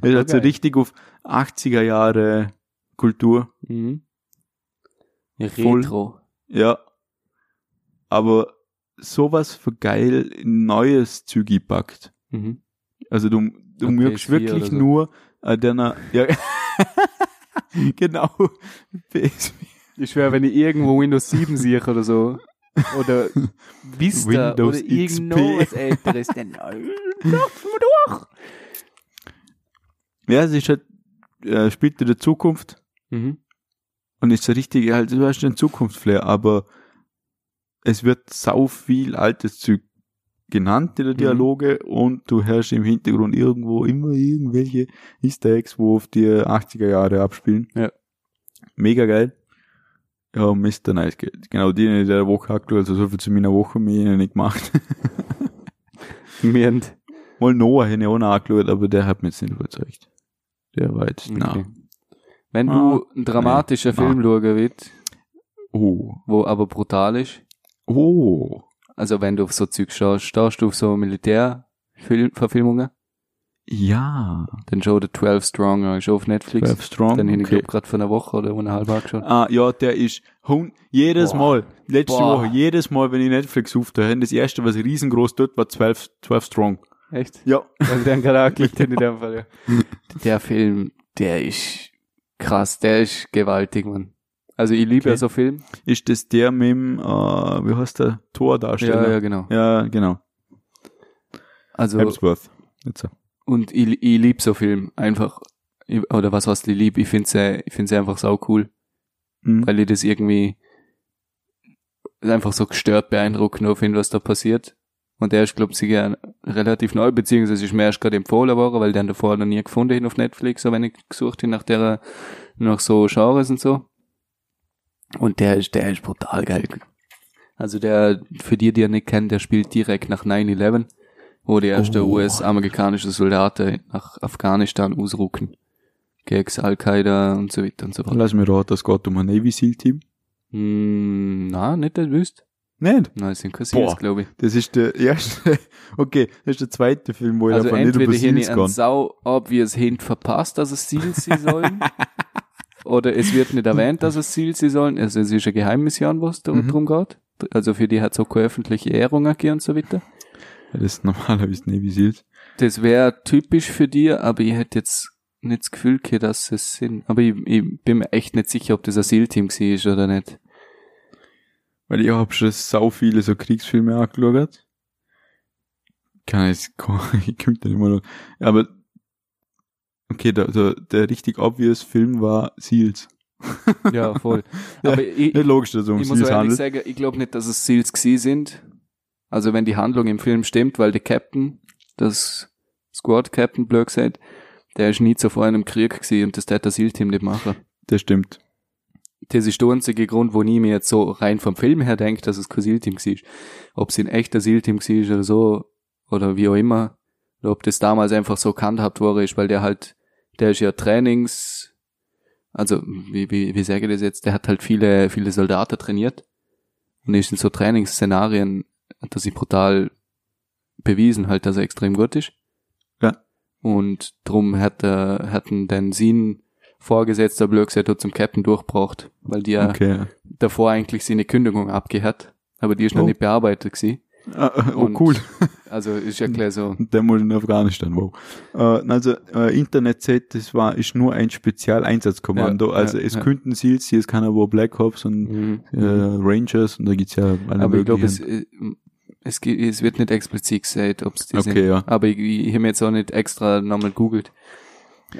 Speaker 1: Er hat so
Speaker 2: geil.
Speaker 1: richtig auf 80er Jahre Kultur,
Speaker 2: Mhm.
Speaker 1: Voll.
Speaker 2: Retro.
Speaker 1: ja. Aber sowas für geil in neues Zügi packt.
Speaker 2: Mhm.
Speaker 1: Also du, du
Speaker 2: Eine
Speaker 1: mögst
Speaker 2: PS4
Speaker 1: wirklich
Speaker 2: oder so.
Speaker 1: nur an deiner, ja, genau, PS4.
Speaker 2: Ich schwöre, wenn ich irgendwo Windows 7 sehe oder so, oder Vista
Speaker 1: Windows
Speaker 2: oder irgendwas
Speaker 1: XP.
Speaker 2: älteres, dann äh,
Speaker 1: Ja, es ist halt, äh, spielt in der Zukunft
Speaker 2: mhm.
Speaker 1: und ist so richtig, halt, du hast den Zukunftsflair, aber es wird sau viel altes Zeug genannt in der
Speaker 2: Mhm.
Speaker 1: Dialoge und du hörst im Hintergrund irgendwo immer irgendwelche Easter Eggs, wo auf die 80er Jahre abspielen.
Speaker 2: Ja.
Speaker 1: Mega geil. Ja, Mr. Nice Guy. Genau, die in der Woche aktuell, also so viel zu meiner Woche, mir eh nicht gemacht.
Speaker 2: Wir haben-
Speaker 1: Mal Noah hätte ich auch noch angeschaut, aber der hat mich jetzt nicht überzeugt. Der war jetzt,
Speaker 2: Okay.
Speaker 1: na.
Speaker 2: Wenn
Speaker 1: Ah,
Speaker 2: du einen dramatischen
Speaker 1: nein.
Speaker 2: Film schauen willst,
Speaker 1: Oh.
Speaker 2: wo aber brutal ist,
Speaker 1: Oh.
Speaker 2: also wenn du auf so Zeug schaust, stehst du auf so Militärverfilmungen,
Speaker 1: Ja.
Speaker 2: dann schau der 12 Stronger, ist auf Netflix.
Speaker 1: 12 Strong.
Speaker 2: Dann hätte ich
Speaker 1: okay.
Speaker 2: okay. gerade vor einer Woche oder eineinhalb Wochen geschaut.
Speaker 1: Ah, ja, der ist hun jedes
Speaker 2: Boah.
Speaker 1: Mal, letzte
Speaker 2: Boah.
Speaker 1: Woche, jedes Mal, wenn ich Netflix suchte, haben das erste, was riesengroß dort war, 12, 12 Strong.
Speaker 2: Echt?
Speaker 1: Ja.
Speaker 2: Weil ich dann gerade angeklickt habe in dem Fall, ja. Der Film, der ist krass, der ist gewaltig, Mann. Also ich liebe
Speaker 1: Okay.
Speaker 2: ja so Film.
Speaker 1: Ist das der mit dem, äh, wie heißt der,
Speaker 2: Ja,
Speaker 1: Tordarsteller?
Speaker 2: ja, genau.
Speaker 1: ja. genau.
Speaker 2: Also
Speaker 1: Hemsworth. Jetzt.
Speaker 2: und ich, ich liebe so Film einfach. Ich, oder was heißt ich lieb? Ich finde sie, ich finde sie einfach sau cool,
Speaker 1: Mhm.
Speaker 2: weil ich das irgendwie einfach so gestört beeindruckend auch finde, was da passiert. Und der ist, glaube ich, gern relativ neu, beziehungsweise ist mir erst gerade empfohlen worden, weil den davor noch nie gefunden hin auf Netflix, so wenn ich gesucht habe nach der, nach so Genres und so. Und der ist, der ist brutal geil. Also der, für die, die er nicht kennt, der spielt direkt nach 9-11, wo die erste
Speaker 1: Oh.
Speaker 2: US-amerikanische Soldaten nach Afghanistan ausrucken. Gegen Al-Qaida und so weiter und so fort.
Speaker 1: Lass mich raten, es geht um ein Navy Seal Team.
Speaker 2: Hm, na, nicht der Wüst.
Speaker 1: Nein.
Speaker 2: Nein, es sind keine
Speaker 1: Boah.
Speaker 2: Seals, glaube ich.
Speaker 1: Das ist der erste, okay, das ist der zweite Film, wo ich
Speaker 2: Also
Speaker 1: einfach nicht über
Speaker 2: entweder hier
Speaker 1: Seals
Speaker 2: nicht ein
Speaker 1: kann.
Speaker 2: sau obvious Hint verpasst, dass es Seals sein sollen, oder es wird nicht erwähnt, dass es Seals sein sollen. Also es ist eine Geheimmission, was es
Speaker 1: Mhm.
Speaker 2: darum geht. Also für die hat es auch keine öffentliche Ehrung gegeben und so weiter.
Speaker 1: Ja, Das ist normalerweise Navy Seals.
Speaker 2: Das wäre typisch für die, aber ich hätte jetzt nicht das Gefühl gehabt, dass sie es sind. Aber ich, ich bin mir echt nicht sicher, ob das ein Seal-Team ist oder nicht.
Speaker 1: Weil ich hab schon sau viele so Kriegsfilme angeschaut. Kann ich, ich komme da nicht mal drauf. Aber, okay, der, der, der richtig obvious Film war Seals.
Speaker 2: Ja, voll. aber ich,
Speaker 1: Nicht logisch, dass es um
Speaker 2: ich muss
Speaker 1: Seals
Speaker 2: ehrlich
Speaker 1: handelt.
Speaker 2: sagen, ich glaube nicht, dass es Seals gewesen sind. Also wenn die Handlung im Film stimmt, weil der Captain, das Squad Captain blöd gesagt, der ist nie zuvor in einem Krieg gewesen und das hätte das Seal-Team nicht machen.
Speaker 1: Das stimmt.
Speaker 2: Das ist der einzige Grund, wo ich mir jetzt so rein vom Film her denke, dass es kein Seal-Team war. Ob es ein echter Seal-Team war oder so, oder wie auch immer, oder ob das damals einfach so gehandhabt worden ist, weil der halt, der ist ja Trainings, also, wie, wie, wie sage ich das jetzt, der hat halt viele, viele Soldaten trainiert und ist in so Trainingsszenarien, hat er sich brutal bewiesen halt, dass er extrem gut ist.
Speaker 1: Ja.
Speaker 2: Und drum hat er, hatten dann Sinn vorgesetzter blöd gesagt, hat zum Captain durchbraucht, weil die ja
Speaker 1: Okay.
Speaker 2: davor eigentlich seine Kündigung abgehört, aber die ist noch
Speaker 1: Oh.
Speaker 2: nicht bearbeitet gewesen.
Speaker 1: Ah, oh,
Speaker 2: Und-
Speaker 1: cool.
Speaker 2: Also ist ja klar so.
Speaker 1: Und der mal in Afghanistan, wow. Äh, also, äh, Internet sagt, das war, ist nur ein Spezialeinsatzkommando.
Speaker 2: Ja,
Speaker 1: also,
Speaker 2: ja,
Speaker 1: es
Speaker 2: ja.
Speaker 1: könnten Seals, hier ist keiner, wo Black Ops und äh, Rangers und da gibt's ja alle
Speaker 2: aber ich glaube, es,
Speaker 1: möglichen.
Speaker 2: äh, es, ge- es wird nicht explizit gesagt, ob es die sind.
Speaker 1: okay, ja.
Speaker 2: Aber ich, ich habe mir jetzt auch nicht extra nochmal googelt.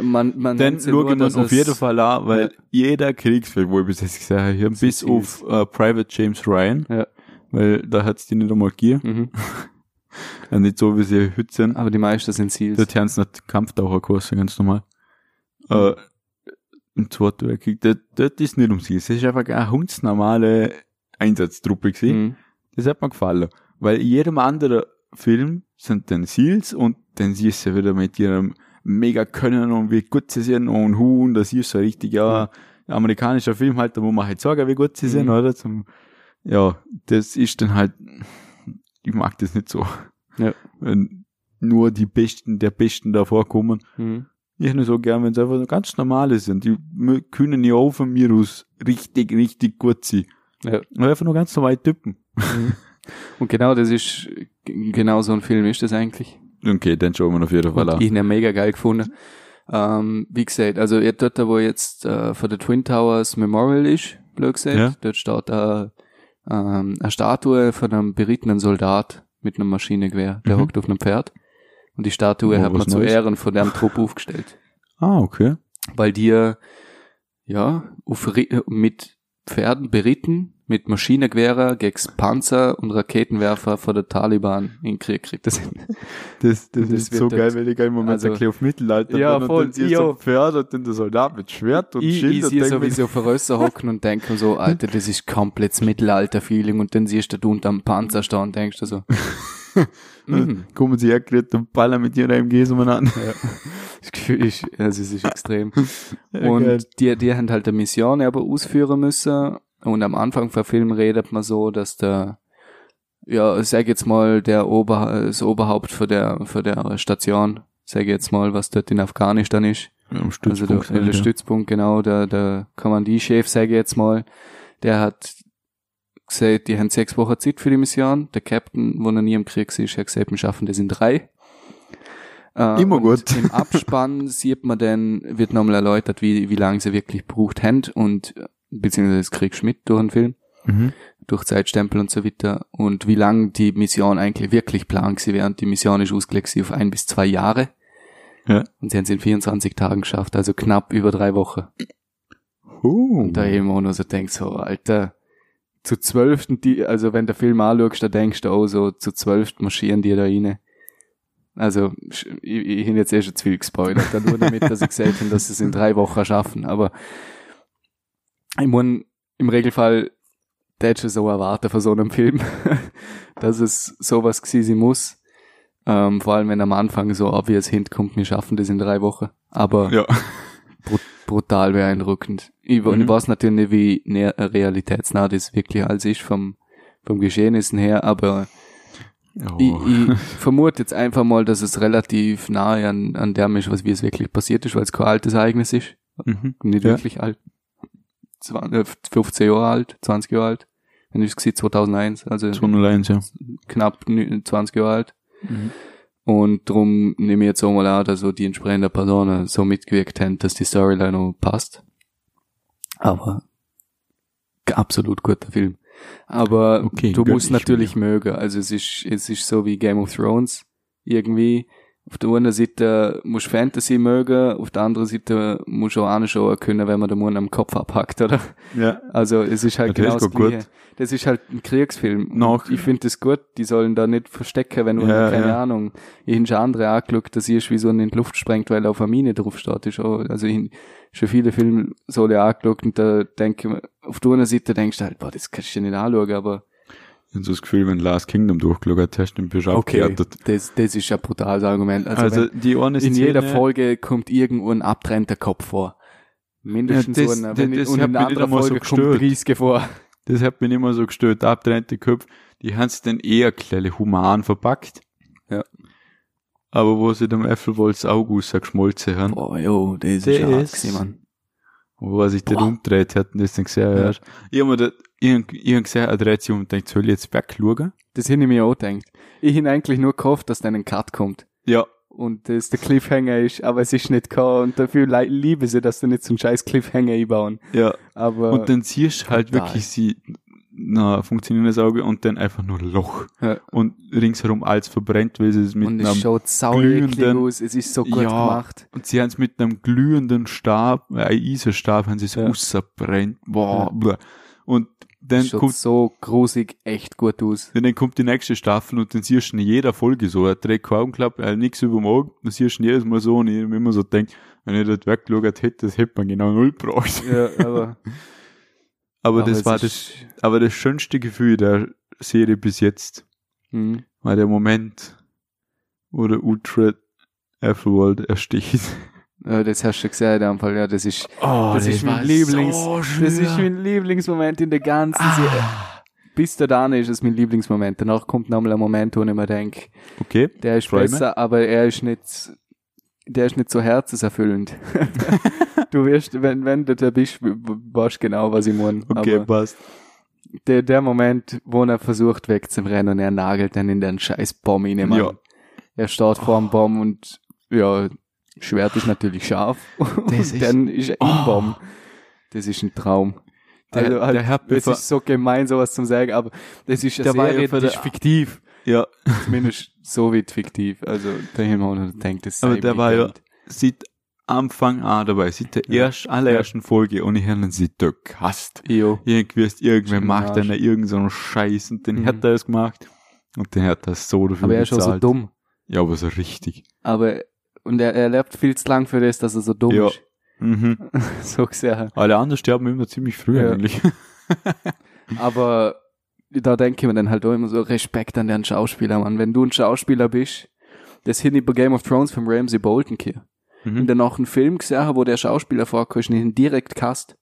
Speaker 2: Man, man
Speaker 1: Dann
Speaker 2: nennt sie
Speaker 1: schauen wir
Speaker 2: dass
Speaker 1: uns auf
Speaker 2: es-
Speaker 1: jeden Fall an, weil jeder Kriegsfilm, wo ich bis jetzt gesagt habe,
Speaker 2: Das
Speaker 1: bis
Speaker 2: ist
Speaker 1: auf äh, Private James Ryan,
Speaker 2: Ja.
Speaker 1: weil da hat's die nicht einmal gegeben,
Speaker 2: Mhm.
Speaker 1: und nicht so wie sie heute sind.
Speaker 2: Ah, Aber die meisten sind Seals. Mhm.
Speaker 1: Dort haben sie nicht Kampftaucherkurs, ganz normal. Äh, im Zweiten Weltkrieg, dort, dort ist nicht um sie. Es ist einfach eine hundsnormale Einsatztruppe gewesen.
Speaker 2: Mhm.
Speaker 1: Das hat mir gefallen. Weil in jedem anderen Film sind dann Seals und dann siehst du wieder mit ihrem mega Können und wie gut sie sind und Hu und das siehst du richtig, ja, amerikanischer Film halt, da muss man halt sagen, wie gut sie sind,
Speaker 2: Mhm.
Speaker 1: oder? Zum, ja, das ist dann halt, ich mag das nicht so.
Speaker 2: Ja.
Speaker 1: Wenn nur die Besten der Besten davor kommen.
Speaker 2: Mhm.
Speaker 1: Ich nur so gern, wenn es einfach so ganz normale sind. Die mü- können ja auch von mir aus richtig, richtig gut sein.
Speaker 2: Ja.
Speaker 1: Aber einfach nur ganz normale Typen.
Speaker 2: Und genau das ist, g- genau so ein Film ist das eigentlich.
Speaker 1: Okay, dann schauen wir ihn auf jeden Fall
Speaker 2: Und
Speaker 1: an.
Speaker 2: ich ihn ja mega geil gefunden. Ähm, wie gesagt, also ihr dort, wo jetzt äh, von der Twin Towers Memorial ist, blöd gesagt,
Speaker 1: Ja.
Speaker 2: dort steht äh, ähm, eine Statue von einem berittenen Soldat mit einem Maschinengewehr, der
Speaker 1: Mhm.
Speaker 2: hockt auf einem Pferd. Und die Statue
Speaker 1: Oh,
Speaker 2: hat
Speaker 1: was
Speaker 2: man zu
Speaker 1: Neues.
Speaker 2: Ehren von dem Trupp aufgestellt.
Speaker 1: Ah, okay.
Speaker 2: Weil die äh, ja auf, Ri- mit Pferden beritten, mit Maschinengewehren gegen Panzer und Raketenwerfer von der Taliban in den Krieg kriegt. Das sind
Speaker 1: Das, das,
Speaker 2: Das
Speaker 1: ist
Speaker 2: wird
Speaker 1: so
Speaker 2: dort-
Speaker 1: geil, weil ich im Moment
Speaker 2: also-
Speaker 1: also, erkläre auf Mittelalter
Speaker 2: Ja,
Speaker 1: bin
Speaker 2: voll,
Speaker 1: und dann siehst
Speaker 2: ich
Speaker 1: du
Speaker 2: auch.
Speaker 1: ein Pferd und dann der Soldat mit Schwert und
Speaker 2: ich,
Speaker 1: Schild
Speaker 2: ich
Speaker 1: und
Speaker 2: sehe
Speaker 1: denk mir,
Speaker 2: sowieso vor Rösser hocken und denke mir so, Alter, das ist komplett das Mittelalter-Feeling und dann siehst du da unterm Panzer stehen und denkst du so, mhm.
Speaker 1: kommen sie hergerät und ballern mit ihren MGs umeinander.
Speaker 2: das Gefühl ist, also es ist extrem.
Speaker 1: Ja, geil.
Speaker 2: Und die, die haben halt eine Mission aber ausführen müssen und am Anfang vom Film redet man so, dass der, ja, ich sag jetzt mal, der Ober, das Oberhaupt für der, für der Station, sag jetzt mal, was dort in Afghanistan ist,
Speaker 1: halt, Ja, am
Speaker 2: Also der,
Speaker 1: sind
Speaker 2: der
Speaker 1: wir.
Speaker 2: Stützpunkt, genau, der, der Kommandierchef, sage ich jetzt mal, der hat gesagt, die haben sechs Wochen Zeit für die Mission. Der Captain, wo noch nie im Krieg ist, hat gesagt, wir schaffen das in drei. Äh,
Speaker 1: Immer
Speaker 2: und
Speaker 1: gut.
Speaker 2: Im Abspann sieht man dann, wird nochmal erläutert, wie, wie lange sie wirklich braucht haben und äh, beziehungsweise das Krieg Schmidt durch den Film,
Speaker 1: Mhm.
Speaker 2: durch Zeitstempel und so weiter und wie lange die Mission eigentlich wirklich plant sie während die Mission ist ausgelegt sie auf ein bis zwei Jahre.
Speaker 1: Ja.
Speaker 2: Und sie haben es in 24 Tagen geschafft, also knapp über drei Wochen.
Speaker 1: Oh.
Speaker 2: Und da eben auch noch so denkst, so, Alter, zu zwölften, die, also wenn der Film anschaust, da denkst du auch so, zu zwölften marschieren die da rein. Also, sch- ich, ich hab jetzt eh schon zu viel gespoilert, dann nur damit, dass ich gesagt habe, dass sie es in drei Wochen schaffen, aber ich muss im Regelfall, der hätte schon so erwarten von so einem Film, dass es sowas gewesen sein muss. Ähm, vor allem, wenn am Anfang so obvious hinkommt, wir schaffen das in drei Wochen. Aber
Speaker 1: Ja.
Speaker 2: brutal beeindruckend. Ich, wa-
Speaker 1: Mhm.
Speaker 2: ich weiß natürlich nicht, wie näher, realitätsnah das wirklich alles ist vom, vom Geschehnissen her, aber
Speaker 1: Oh.
Speaker 2: ich, ich vermute jetzt einfach mal, dass es relativ nahe an, an dem ist, was wie es wirklich passiert ist, weil es kein altes Ereignis ist.
Speaker 1: Mhm.
Speaker 2: Nicht
Speaker 1: Ja.
Speaker 2: wirklich alt. 20, äh, 15 Jahre alt, 20 Jahre alt. Wenn ich es gesehen 2001, also
Speaker 1: 201, ja.
Speaker 2: knapp nü- 20 Jahre alt. Und drum nehme ich jetzt auch mal an, dass so die entsprechende Person so mitgewirkt haben, dass die Storyline auch passt. Aber absolut guter Film. Aber
Speaker 1: Okay,
Speaker 2: du
Speaker 1: gönn
Speaker 2: musst
Speaker 1: ich
Speaker 2: natürlich mögen. Also es ist, es ist so wie Game of Thrones. Irgendwie. Auf der einen Seite musst du Fantasy mögen, auf der anderen Seite musst du auch anschauen können, wenn man den Mund am Kopf abhackt, oder?
Speaker 1: Ja.
Speaker 2: Also es ist halt
Speaker 1: Ja,
Speaker 2: genau
Speaker 1: das
Speaker 2: das
Speaker 1: ist gut.
Speaker 2: Gleiche. Das ist halt ein Kriegsfilm. Und
Speaker 1: Noch.
Speaker 2: Ich finde das gut, die sollen da nicht verstecken, wenn du,
Speaker 1: Ja,
Speaker 2: keine
Speaker 1: ja.
Speaker 2: Ahnung, ich habe schon andere angeschaut, dass ihr wie so in die Luft sprengt, weil auf eine Mine draufsteht. Ist auch, also ich habe schon viele Filme so angeschaut und da denke ich mir, auf der einen Seite denkst du halt, boah, das kannst du dir nicht anschauen, aber
Speaker 1: Ich hab so das Gefühl, wenn Last Kingdom durchgelagert hast, dann bist du abgewertet.
Speaker 2: das, das ist ein brutales Argument. Also,
Speaker 1: Also, die eine
Speaker 2: wenn, in jeder
Speaker 1: Szene-
Speaker 2: Folge kommt irgendwo ein abtrennter Kopf vor. Mindestens
Speaker 1: Ja,
Speaker 2: ja,
Speaker 1: das-
Speaker 2: so einer.
Speaker 1: das-
Speaker 2: Wenn-
Speaker 1: das
Speaker 2: und
Speaker 1: hat
Speaker 2: in
Speaker 1: mich nicht
Speaker 2: einer anderen
Speaker 1: einmal so
Speaker 2: Folge kommt
Speaker 1: gestört.
Speaker 2: 30 vor.
Speaker 1: Das hat mich immer so gestört, abgetrennte Köpfe, die haben sie dann eher kleine human verpackt.
Speaker 2: Ja.
Speaker 1: Aber wo sie dem Äffelwolz August geschmolzen haben,
Speaker 2: Boah, jo, das ist
Speaker 1: Das-
Speaker 2: ja hart gewesen, Mann.
Speaker 1: wo er sich dann
Speaker 2: Boah.
Speaker 1: umdreht hat und das dann gesehen
Speaker 2: Ja.
Speaker 1: hat. Ich hab mir da, ich hab- ich hab gesehen, er dreht sich um und denkt, soll ich jetzt wegschauen?
Speaker 2: Das hätte ich mir auch gedacht. Ich hätte eigentlich nur gehofft, dass dann ein Cut kommt.
Speaker 1: Ja,
Speaker 2: Und das der Cliffhanger ist, aber es ist nicht gekommen. Und dafür lei- liebe sie, dass sie nicht so einen scheiß Cliffhanger einbauen.
Speaker 1: ja.
Speaker 2: Aber
Speaker 1: Und dann siehst du halt
Speaker 2: total.
Speaker 1: wirklich sie, na, funktionierendes Auge und dann einfach nur Loch.
Speaker 2: Ja.
Speaker 1: Und ringsherum alles verbrennt, weil sie es mit
Speaker 2: und es
Speaker 1: einem,
Speaker 2: schaut saueklig
Speaker 1: glühenden-
Speaker 2: aus. Es ist so gut
Speaker 1: Ja.
Speaker 2: gemacht.
Speaker 1: und sie haben es mit einem glühenden Stab, äh, Eiserstab, haben sie es
Speaker 2: Ja.
Speaker 1: rausgebrennt. Boah,
Speaker 2: Ja.
Speaker 1: bleh. Und dann
Speaker 2: Es schaut
Speaker 1: kommt
Speaker 2: so grusig echt gut aus.
Speaker 1: Und dann kommt die nächste Staffel und dann siehst du in jeder Folge so, er trägt keine Augenklappe, äh, nichts über dem Auge, dann siehst du ihn jedes Mal so und ich hab immer so denkt, Wenn ich dort weggeschaut hätte, das hätte man genau null gebraucht.
Speaker 2: Ja, aber,
Speaker 1: Aber,
Speaker 2: es
Speaker 1: das war das,
Speaker 2: ist-
Speaker 1: aber das schönste Gefühl der Serie bis jetzt
Speaker 2: Mhm.
Speaker 1: war der Moment, wo der Ultra Ethelwald ersticht.
Speaker 2: Ja, das hast du schon gesagt, am Fall. Ja, das ist,
Speaker 1: Oh,
Speaker 2: das ist mein Lieblings, das ist mein Lieblingsmoment in der ganzen
Speaker 1: Ah.
Speaker 2: Serie. Bis der Dane ist es mein Lieblingsmoment. Danach kommt nochmal ein Moment, wo ich mir denke,
Speaker 1: Okay.
Speaker 2: der ist
Speaker 1: Träume?
Speaker 2: besser, aber er ist nicht, der ist nicht so herzenserfüllend. du wirst, wenn, wenn du da bist, w- w- weißt genau, was ich meine.
Speaker 1: Okay,
Speaker 2: Aber
Speaker 1: passt.
Speaker 2: der, der Moment, wo er versucht wegzurennen und er nagelt dann in den scheiß Baum rein, Mann.
Speaker 1: Ja. Oh.
Speaker 2: Er steht vor dem Baum und, ja, Schwert ist natürlich scharf. und
Speaker 1: Das ist-
Speaker 2: dann ist er im
Speaker 1: Oh.
Speaker 2: Baum. Das ist ein Traum.
Speaker 1: Der,
Speaker 2: Also halt,
Speaker 1: der Herr
Speaker 2: Es
Speaker 1: Pfeffer,
Speaker 2: ist so gemein, sowas zum sagen, aber das ist eine
Speaker 1: der war
Speaker 2: Serie,
Speaker 1: ja für
Speaker 2: die
Speaker 1: der,
Speaker 2: ist
Speaker 1: fiktiv. Ja,
Speaker 2: zumindest so weit fiktiv. Also da haben wir auch noch gedacht, das sei
Speaker 1: Aber der war ja-
Speaker 2: gegönnt.
Speaker 1: sieht Anfang an dabei, sieht der
Speaker 2: Ja.
Speaker 1: erst, allerersten Folge und ich habe ihn sieht der gehasst.
Speaker 2: Jo.
Speaker 1: Irgendwie ist irgendwer
Speaker 2: Schön
Speaker 1: macht
Speaker 2: Arsch.
Speaker 1: einer irgend so einen Scheiß und den
Speaker 2: Genau. Mhm.
Speaker 1: hat er es gemacht und den hat er so dafür
Speaker 2: Aber er ist schon
Speaker 1: bezahlt.
Speaker 2: so dumm.
Speaker 1: Ja, aber so richtig.
Speaker 2: Aber und er, er lebt viel zu lang für das, dass er so dumm
Speaker 1: Ja.
Speaker 2: ist.
Speaker 1: Mhm.
Speaker 2: So gesehen.
Speaker 1: Alle anderen sterben immer ziemlich früh
Speaker 2: Ja.
Speaker 1: eigentlich.
Speaker 2: Aber da denke ich mir dann halt auch immer so Respekt an den Schauspieler, Mann. Wenn du ein Schauspieler bist, das hin über Game of Thrones vom Ramsey Bolton hier. Und
Speaker 1: Mhm.
Speaker 2: dann auch einen Film gesehen, habe, wo der Schauspieler vorkommt, und ihn direkt cast.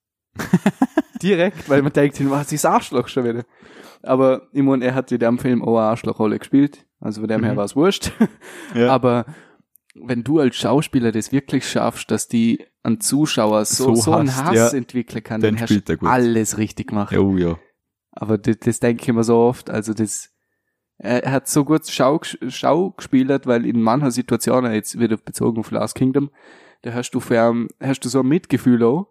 Speaker 2: direkt, weil man denkt, was ist Arschloch schon wieder? Aber ich meine, er hat in dem Film auch eine Arschlochrolle gespielt. Also von dem her
Speaker 1: Mhm.
Speaker 2: war es wurscht.
Speaker 1: Ja.
Speaker 2: Aber wenn du als Schauspieler das wirklich schaffst, dass die an Zuschauer so, so,
Speaker 1: So
Speaker 2: einen
Speaker 1: hast,
Speaker 2: Hass
Speaker 1: ja,
Speaker 2: entwickeln kann,
Speaker 1: dann
Speaker 2: dann hast
Speaker 1: spielt er
Speaker 2: du
Speaker 1: gut.
Speaker 2: alles richtig gemacht.
Speaker 1: Ja, oh ja.
Speaker 2: Aber das, das denke ich mir so oft. Also das er hat so gut Schau, gesch- Schau gespielt, weil in mancher Situation, jetzt wieder bezogen auf Last Kingdom, da hast du fern, hast du so ein Mitgefühl auch.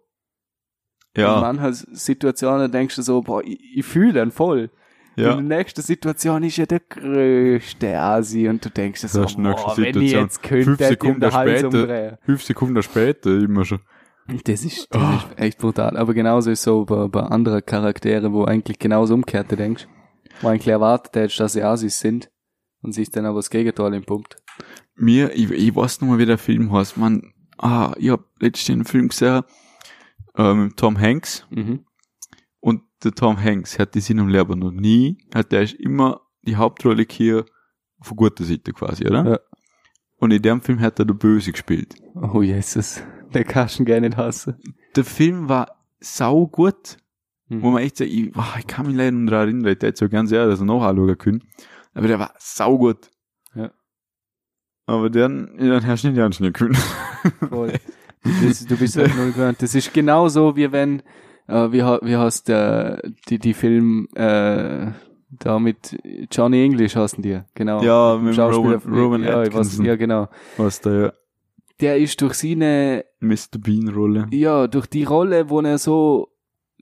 Speaker 2: In
Speaker 1: Ja,
Speaker 2: mancher Situationen denkst du so, boah, ich, ich fühle den voll.
Speaker 1: ja.
Speaker 2: In der nächsten Situation ist er der größte Asi und du denkst dir so,
Speaker 1: Das ist die nächste
Speaker 2: boah, wenn ich
Speaker 1: Situation.
Speaker 2: jetzt könnte,
Speaker 1: Fünf
Speaker 2: hätte ich ihm
Speaker 1: Sekunden
Speaker 2: den Hals
Speaker 1: später.
Speaker 2: umdrehen.
Speaker 1: Fünf Sekunden später immer schon.
Speaker 2: Das ist, das
Speaker 1: Oh.
Speaker 2: ist echt brutal. Aber genauso ist so bei, bei anderen Charaktere, wo eigentlich genauso umgekehrt du denkst. Wo eigentlich erwartet hättest, dass sie Asis sind und sich dann aber das Gegenteil impumpt.
Speaker 1: mir, ich, ich weiß noch mal, wie der Film heißt, man, ah, ich hab letztens einen Film gesehen, ähm, mit Tom Hanks,
Speaker 2: Mhm.
Speaker 1: und der Tom Hanks hat das in seinem Leben noch nie, hat der ist immer die Hauptrolle hier von guter Seite quasi, oder?
Speaker 2: Ja.
Speaker 1: Und in dem Film hat er der Böse gespielt.
Speaker 2: Oh Jesus, der kannst du gar nicht hassen.
Speaker 1: Der Film war sau gut, wo
Speaker 2: Mhm.
Speaker 1: man echt sagt, ich, boah, ich kann mich leider nicht daran erinnern, ich hätte so ganz ehrlich dass er noch anschauen können, aber der war sau gut.
Speaker 2: Ja.
Speaker 1: Aber dann, dann hast du nicht anschauen können.
Speaker 2: Voll. Das, du bist halt null gewöhnt. Das ist genauso wie wenn, äh, wie, ha- wie heißt der, die, die Film, äh, da mit Johnny English hassen die, genau.
Speaker 1: Ja,
Speaker 2: Mit
Speaker 1: mit
Speaker 2: dem Schauspieler
Speaker 1: Roman, Roman
Speaker 2: ja, ich weiß,
Speaker 1: Atkinson.
Speaker 2: ja, genau.
Speaker 1: Was da ja
Speaker 2: Der ist durch seine
Speaker 1: Mr. Bean-Rolle.
Speaker 2: Ja, durch die Rolle, wo er so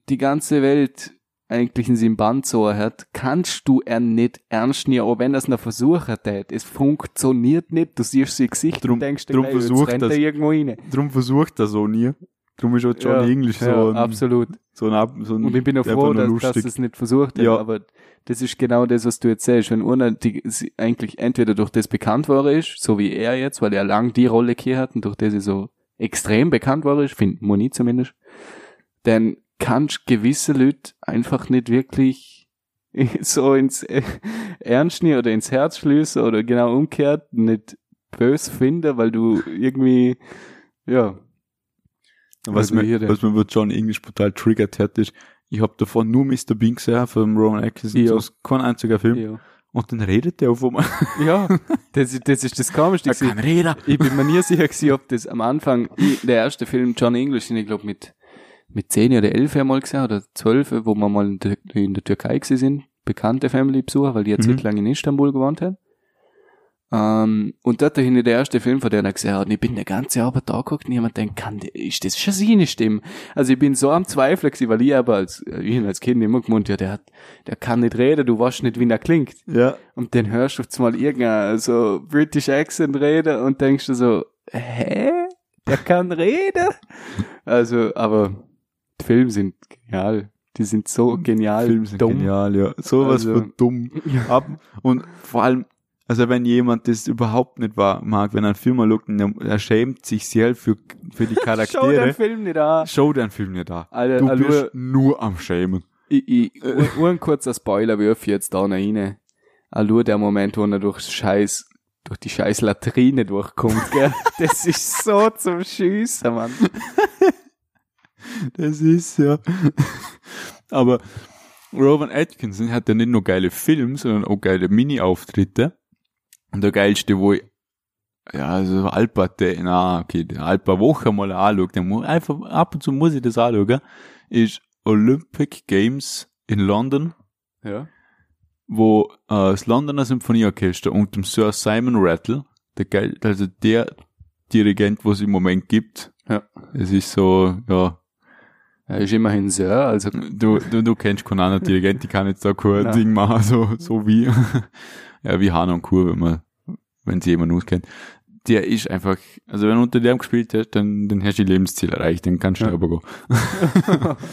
Speaker 2: die ganze Welt eigentlich in seinem Band so hat, kannst du er nicht ernst nehmen, auch wenn er es noch versucht hat. Es funktioniert nicht, du siehst sein Gesicht
Speaker 1: Drum-
Speaker 2: und denkst, dir
Speaker 1: drum
Speaker 2: gleich, jetzt
Speaker 1: versucht
Speaker 2: rennt
Speaker 1: das.
Speaker 2: er irgendwo rein.
Speaker 1: Drum versucht er so nie. Drum ist auch Johnny
Speaker 2: Ja,
Speaker 1: English so,
Speaker 2: ja,
Speaker 1: ein,
Speaker 2: absolut.
Speaker 1: so ein Ab, so ein
Speaker 2: Und ich bin auch
Speaker 1: einfach
Speaker 2: froh,
Speaker 1: nur
Speaker 2: dass, dass
Speaker 1: lustig.
Speaker 2: es nicht versucht hat,
Speaker 1: Ja.
Speaker 2: aber das ist genau das, was du jetzt sagst. Wenn einer die, sie eigentlich entweder durch das bekannt war ist, so wie er jetzt, weil er lang die Rolle hier hat und durch das er so extrem bekannt war ist, finden wir nie zumindest, dann kannst gewisse Leute einfach nicht wirklich so ins äh, Ernst nehmen oder ins Herz schließen oder genau umgekehrt nicht böse finden, weil du irgendwie, ja,
Speaker 1: was,
Speaker 2: also hier
Speaker 1: mir,
Speaker 2: der-
Speaker 1: was mir mit Johnny English brutal triggert hat, ist, ich hab davon nur Mr. Bean gesehen, von Roman Atkinson,
Speaker 2: Ja.
Speaker 1: sonst kein einziger Film.
Speaker 2: ja.
Speaker 1: Und dann redet der auf einmal.
Speaker 2: Ja, das, ist- das ist das Komischste. gewesen.
Speaker 1: Reder.
Speaker 2: ich bin mir nie sicher gewesen, ob das am Anfang, ich, der erste Film John English, den ich glaube mit, mit 10 oder 11 einmal gesehen oder 12, wo wir mal in der, in der Türkei gewesen sind, bekannte Family besucher, weil die jetzt
Speaker 1: Mhm.
Speaker 2: mhm. lang in Istanbul gewohnt haben. Ähm, und dort dahin der erste Film, von dem er gesehen hat, und ich bin den ganzen Abend da geguckt und ich hab mir gedacht, kann, der- ist das schon seine Stimme? Also ich bin so am Zweifeln gewesen, weil ich aber als, äh, ich hab als Kind immer gemeint, ja, der hat, der kann nicht reden, du weißt nicht, wie er klingt.
Speaker 1: Ja.
Speaker 2: Und dann hörst du jetzt mal irgendein so British Accent reden und denkst du so, hä? Der kann reden? Also, aber die Filme sind genial. Die sind so genial.
Speaker 1: Filme sind
Speaker 2: dumm.
Speaker 1: genial, ja. Sowas
Speaker 2: Also-
Speaker 1: von dumm. Ab, und vor allem, Also wenn jemand das überhaupt nicht war, mag, wenn ein Film mal schaut, und er- er schämt sich sehr für, für die
Speaker 2: Schau den
Speaker 1: Charaktere,
Speaker 2: Film Also, nicht an.
Speaker 1: schau deinen Film nicht da.
Speaker 2: Alter,
Speaker 1: Du
Speaker 2: Alter,
Speaker 1: bist nur am Schämen.
Speaker 2: Ich, ich, ur- ur ein kurzer Spoilerwürf jetzt da noch rein. Allur der Moment, wo er durchs Scheiß, durch die scheiß Latrine durchkommt, gell? Das ist so zum Schießen, Mann.
Speaker 1: Das ist ja. Aber Rowan Atkinson hat ja nicht nur geile Filme, sondern auch geile Mini-Auftritte. Und der geilste, wo ich, ja, also Alpert, der, na, okay, der Alper Woche mal anschaut, der muss, einfach, ab und zu muss ich das anschauen, gell, ist Olympic Games in London,
Speaker 2: Ja.
Speaker 1: wo äh, das Londoner Symphonieorchester und dem Sir Simon Rattle, der geil, also der Dirigent, was es im Moment gibt,
Speaker 2: Ja.
Speaker 1: es ist so, ja,
Speaker 2: Er ist immerhin Sir, also
Speaker 1: Du, du, du kennst keinen anderen Dirigent, die kann jetzt da kein
Speaker 2: Nein.
Speaker 1: Ding machen, so, so wie, ja, wie Hanna und Kur, wenn man, wenn sie jemanden auskennt. Der ist einfach, also wenn du unter dem gespielt hast, dann, dann hast du dein Lebensziel erreicht, dann kannst du
Speaker 2: Ja.
Speaker 1: darüber gehen.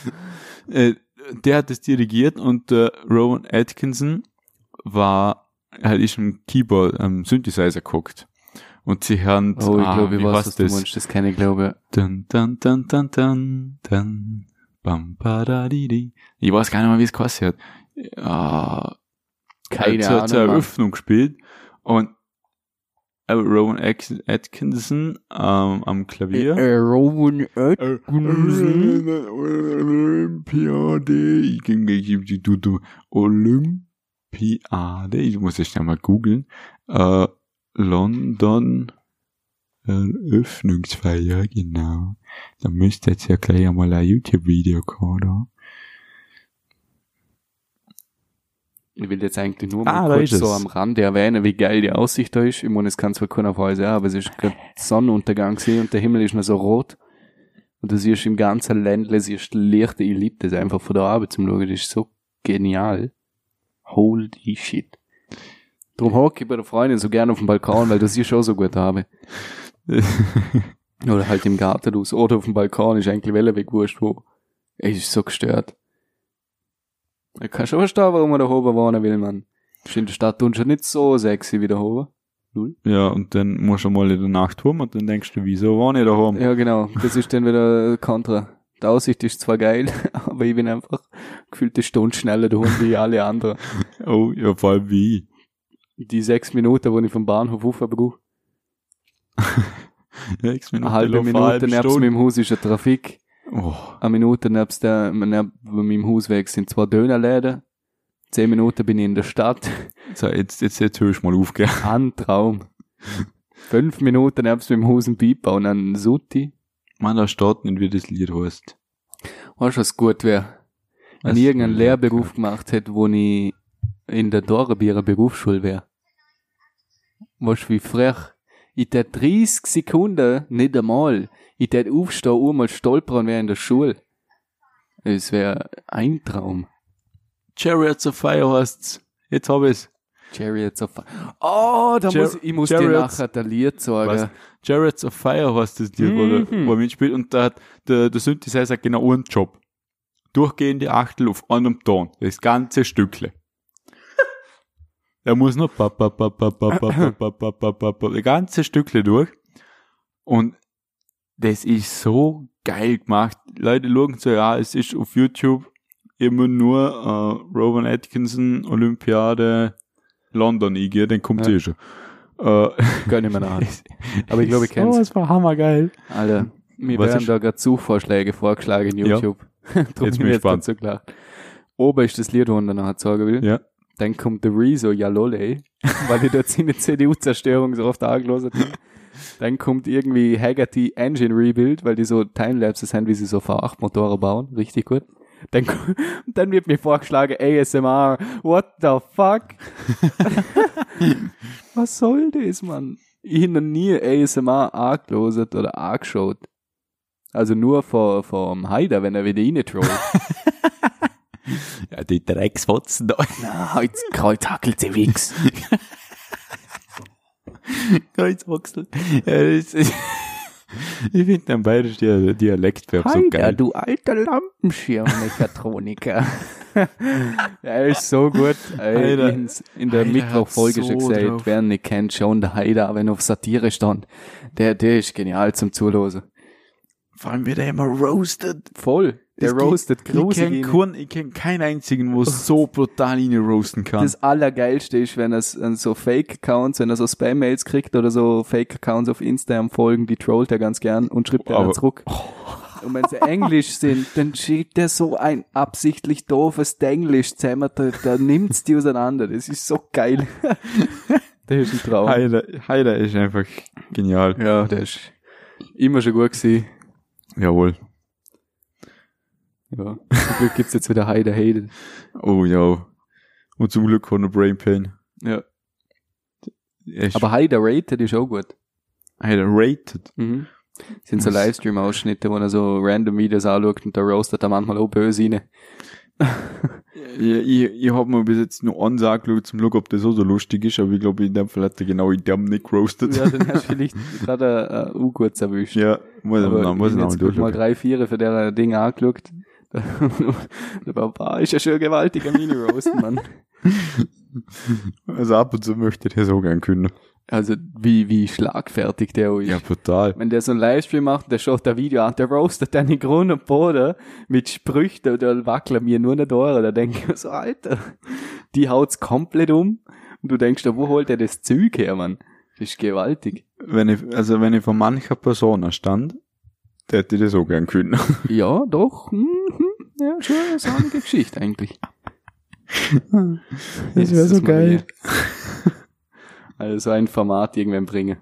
Speaker 1: Äh, der hat das dirigiert und äh, Rowan Atkinson war, halt ist am Keyboard, am Synthesizer geguckt. Und sie hören,
Speaker 2: Oh, ich
Speaker 1: ah,
Speaker 2: glaube, ich
Speaker 1: wie
Speaker 2: weiß,
Speaker 1: heißt
Speaker 2: was du meinst. Das kann ich glauben.
Speaker 1: Dun, dun, dun, dun, dun, dun. Bam, badadidi. Ich weiß gar nicht mehr, wie es geheißen hat. Ah,
Speaker 2: Keine
Speaker 1: zur, Zur
Speaker 2: Ahnung, Mann.
Speaker 1: Eröffnung gespielt. Und äh, Rowan Atk- Atkinson ähm, am Klavier.
Speaker 2: Äh, Rowan Oet. Atkinson.
Speaker 1: Olympiade. Ich ging- ich- ich- du- du- Olympiade. Ich muss jetzt schnell mal googeln. Äh, London Eröffnungsfeier, genau. Da müsste jetzt ja gleich einmal ein YouTube-Video kommen, oder?
Speaker 2: Ich will jetzt eigentlich nur
Speaker 1: Ah,
Speaker 2: mal
Speaker 1: da
Speaker 2: kurz
Speaker 1: ist
Speaker 2: so
Speaker 1: es.
Speaker 2: am Rande erwähnen, wie geil die Aussicht da ist. Ich meine, es kann zwar keiner auf Hause sehen, aber es ist gerade Sonnenuntergang gewesen und der Himmel ist noch so rot. Und du siehst im ganzen Ländle, siehst Lichter. Ich liebe das einfach von der Arbeit zum Schauen. Das ist so genial. Holy shit. Drum hocke ich bei der Freundin so gerne auf dem Balkon, weil du siehst auch so gut habe. Oder halt im Garten raus. Oder auf dem Balkon ist eigentlich Wellenweg wurscht, wo. Es ist so gestört. Ich kann schon verstehen, warum man da oben wohnen will, man. Ist in der Stadt und schon nicht so sexy wie da oben.
Speaker 1: ja, und dann musst du mal in der Nacht rum und dann denkst du, wieso war ich daheim?
Speaker 2: Ja, genau. Das ist dann wieder Kontra. Die Aussicht ist zwar geil, aber ich bin einfach gefühlt eine Stunde schneller da unten wie alle anderen.
Speaker 1: Oh, ja, vor allem wie ich.
Speaker 2: Die sechs Minuten, wo ich vom Bahnhof rauf brauche,
Speaker 1: Sechs Minuten
Speaker 2: eine halbe
Speaker 1: Lauf,
Speaker 2: Minute
Speaker 1: halbe
Speaker 2: nebst
Speaker 1: Stunde.
Speaker 2: meinem Haus ist ein Trafik.
Speaker 1: Oh,
Speaker 2: eine Minute nebst, der, neben meinem Haus weg sind zwei Dönerläden. Zehn Minuten bin ich in der Stadt.
Speaker 1: so, jetzt, jetzt, jetzt hörst du mal auf, gell?
Speaker 2: Ein Traum. Fünf Minuten nebst meinem Haus ein Pipa und ein Sutti.
Speaker 1: Man, da steht nicht, wie das Lied heißt.
Speaker 2: Weißt du, was gut wäre? Wenn
Speaker 1: Was?
Speaker 2: ich irgendeinen Lehrberuf gemacht hätte, wo ich in der Dorabierer Berufsschule wäre. Weißt du, wie frech. Ich tät 30 Sekunden, nicht einmal. Ich tät aufstehen, einmal stolpern und wäre in der Schule. Es wäre ein Traum.
Speaker 1: Chariots of Fire heißt's. Jetzt hab ich's.
Speaker 2: Chariots of Fire. Oh, da
Speaker 1: Char-
Speaker 2: muss ich, ich muss dir
Speaker 1: Chariots-
Speaker 2: nachher der Lied sagen.
Speaker 1: Was? Chariots of Fire heißt das Lied, wo, er,
Speaker 2: Mhm.
Speaker 1: wo er mitspielt. Und da hat der, der Synthesizer hat genau einen Job. Durchgehende Achtel auf einem Ton. Das ganze Stückle. Er muss nur pa, pa, pa, pa, pa, pa, pa, pa, pa, pa, pa, pa, das ganze Stückle durch. Und das ist so geil gemacht. Leute schauen so, ja, es ist auf YouTube immer nur äh, Rowan Atkinson, Olympiade, London, ich gehe, den kommt
Speaker 2: Ja.
Speaker 1: eh schon. Äh,
Speaker 2: Gönn ich mir nachher.
Speaker 1: es-
Speaker 2: Aber ich glaube, ich kenn's.
Speaker 1: das war hammergeil.
Speaker 2: Alter, mir
Speaker 1: Was
Speaker 2: werden
Speaker 1: ist-
Speaker 2: da gerade Suchvorschläge vorgeschlagen in
Speaker 1: Ja.
Speaker 2: YouTube. Drum
Speaker 1: Jetzt bin
Speaker 2: bin ich
Speaker 1: ich
Speaker 2: jetzt ganz so klar. Oben ist das Lied, das er nachher sagen will.
Speaker 1: Ja.
Speaker 2: Dann kommt der Rezo, ja lol, ey. weil ich dort seine CDU-Zerstörung so oft angelassen habe. Dann kommt irgendwie Haggerty Engine Rebuild, weil die so Timelapses sind, wie sie so V8-Motoren bauen. Richtig gut. Dann, ko- dann wird mir vorgeschlagen ASMR. What the fuck? Was soll das, Mann? Ich habe noch nie ASMR angeloset oder angeschaut. Also nur vor, vom Haider, wenn er wieder rein trollt.
Speaker 1: Ja, die Drecksfotzen da.
Speaker 2: Na, heute, heute hackelt sie Wichs.
Speaker 1: Kreuzwachsel. Ja, das ist, ich finde den bayerischen Dia- Dialektverb so geil.
Speaker 2: du alter Lampenschirmmechatroniker. Er ist so gut. Ey,
Speaker 1: Alter.
Speaker 2: in, in der
Speaker 1: Alter,
Speaker 2: Mittwochfolge
Speaker 1: so
Speaker 2: schon gesagt,
Speaker 1: drauf.
Speaker 2: wer ihn nicht kennt, schon der Haider, wenn auf Satire stand. Der, der ist genial zum Zuhören.
Speaker 1: Vor allem wird er immer roasted.
Speaker 2: Voll. Der
Speaker 1: Das
Speaker 2: roastet
Speaker 1: Ich
Speaker 2: grusig.
Speaker 1: kenne
Speaker 2: ihn.
Speaker 1: keinen, ich kenn keinen einzigen, wo es so brutal ihn roasten kann.
Speaker 2: Das Allergeilste ist, wenn er s- an so Fake-Accounts, wenn er so Spam-Mails kriegt oder so Fake-Accounts auf Instagram folgen, die trollt er ganz gern und schreibt er
Speaker 1: Aber-
Speaker 2: dann zurück. Und wenn sie Englisch sind, dann schickt er so ein absichtlich doofes Denglisch zusammen, da, da nimmt's die auseinander. Das ist so geil. der ist ein Traum.
Speaker 1: Heider, Heider ist einfach genial.
Speaker 2: Ja, der ist immer schon gut gewesen.
Speaker 1: Jawohl.
Speaker 2: Ja. Zum Glück gibt's jetzt wieder Heide Heide.
Speaker 1: Oh ja. Und zum Glück ohne Brain Pain.
Speaker 2: Ja.
Speaker 1: Er ist
Speaker 2: Aber Heide Rated ist auch gut.
Speaker 1: Heider rated.
Speaker 2: Mhm. Sind so Livestream-Ausschnitte, wo er so random Videos anschaut und da roastet er manchmal auch böse rein.
Speaker 1: Ich, ich, ich hab mir bis jetzt nur ansagt, zum Glück, ob das auch so lustig ist, aber ich glaube, in dem Fall hat er genau in dem nicht roasted.
Speaker 2: Ja, dann hast du vielleicht gerade ein, ein U-Kurz erwischt.
Speaker 1: Ja, muss ich
Speaker 2: Aber
Speaker 1: noch, muss
Speaker 2: ich
Speaker 1: ich
Speaker 2: hab
Speaker 1: noch mal
Speaker 2: jetzt gut mal
Speaker 1: durchschauen.
Speaker 2: drei, vier für der äh, Ding angeschaut. der Papa ist ja schon ein gewaltiger Mini-Roast, Mann.
Speaker 1: Also ab und zu möchte ich das auch gern können.
Speaker 2: Also, wie, wie schlagfertig der auch ist.
Speaker 1: Ja, brutal.
Speaker 2: Wenn der so einen Livestream macht, der schaut ein Video an, der roastet dann in Grund und Boden mit Sprüchen, da wackeln mir nur nicht Ohren. Da denke ich mir so, Alter, die haut's komplett um. Und du denkst, dir, wo holt er das Zeug her, Mann? Das ist gewaltig.
Speaker 1: Wenn ich, also wenn ich von mancher Person stand, der hätte ich das auch gern können.
Speaker 2: Ja, doch. Mhm. Ja, schon eine sonnige Geschichte eigentlich.
Speaker 1: wär
Speaker 2: Jesus Maria. Also so ein Format irgendwann bringen,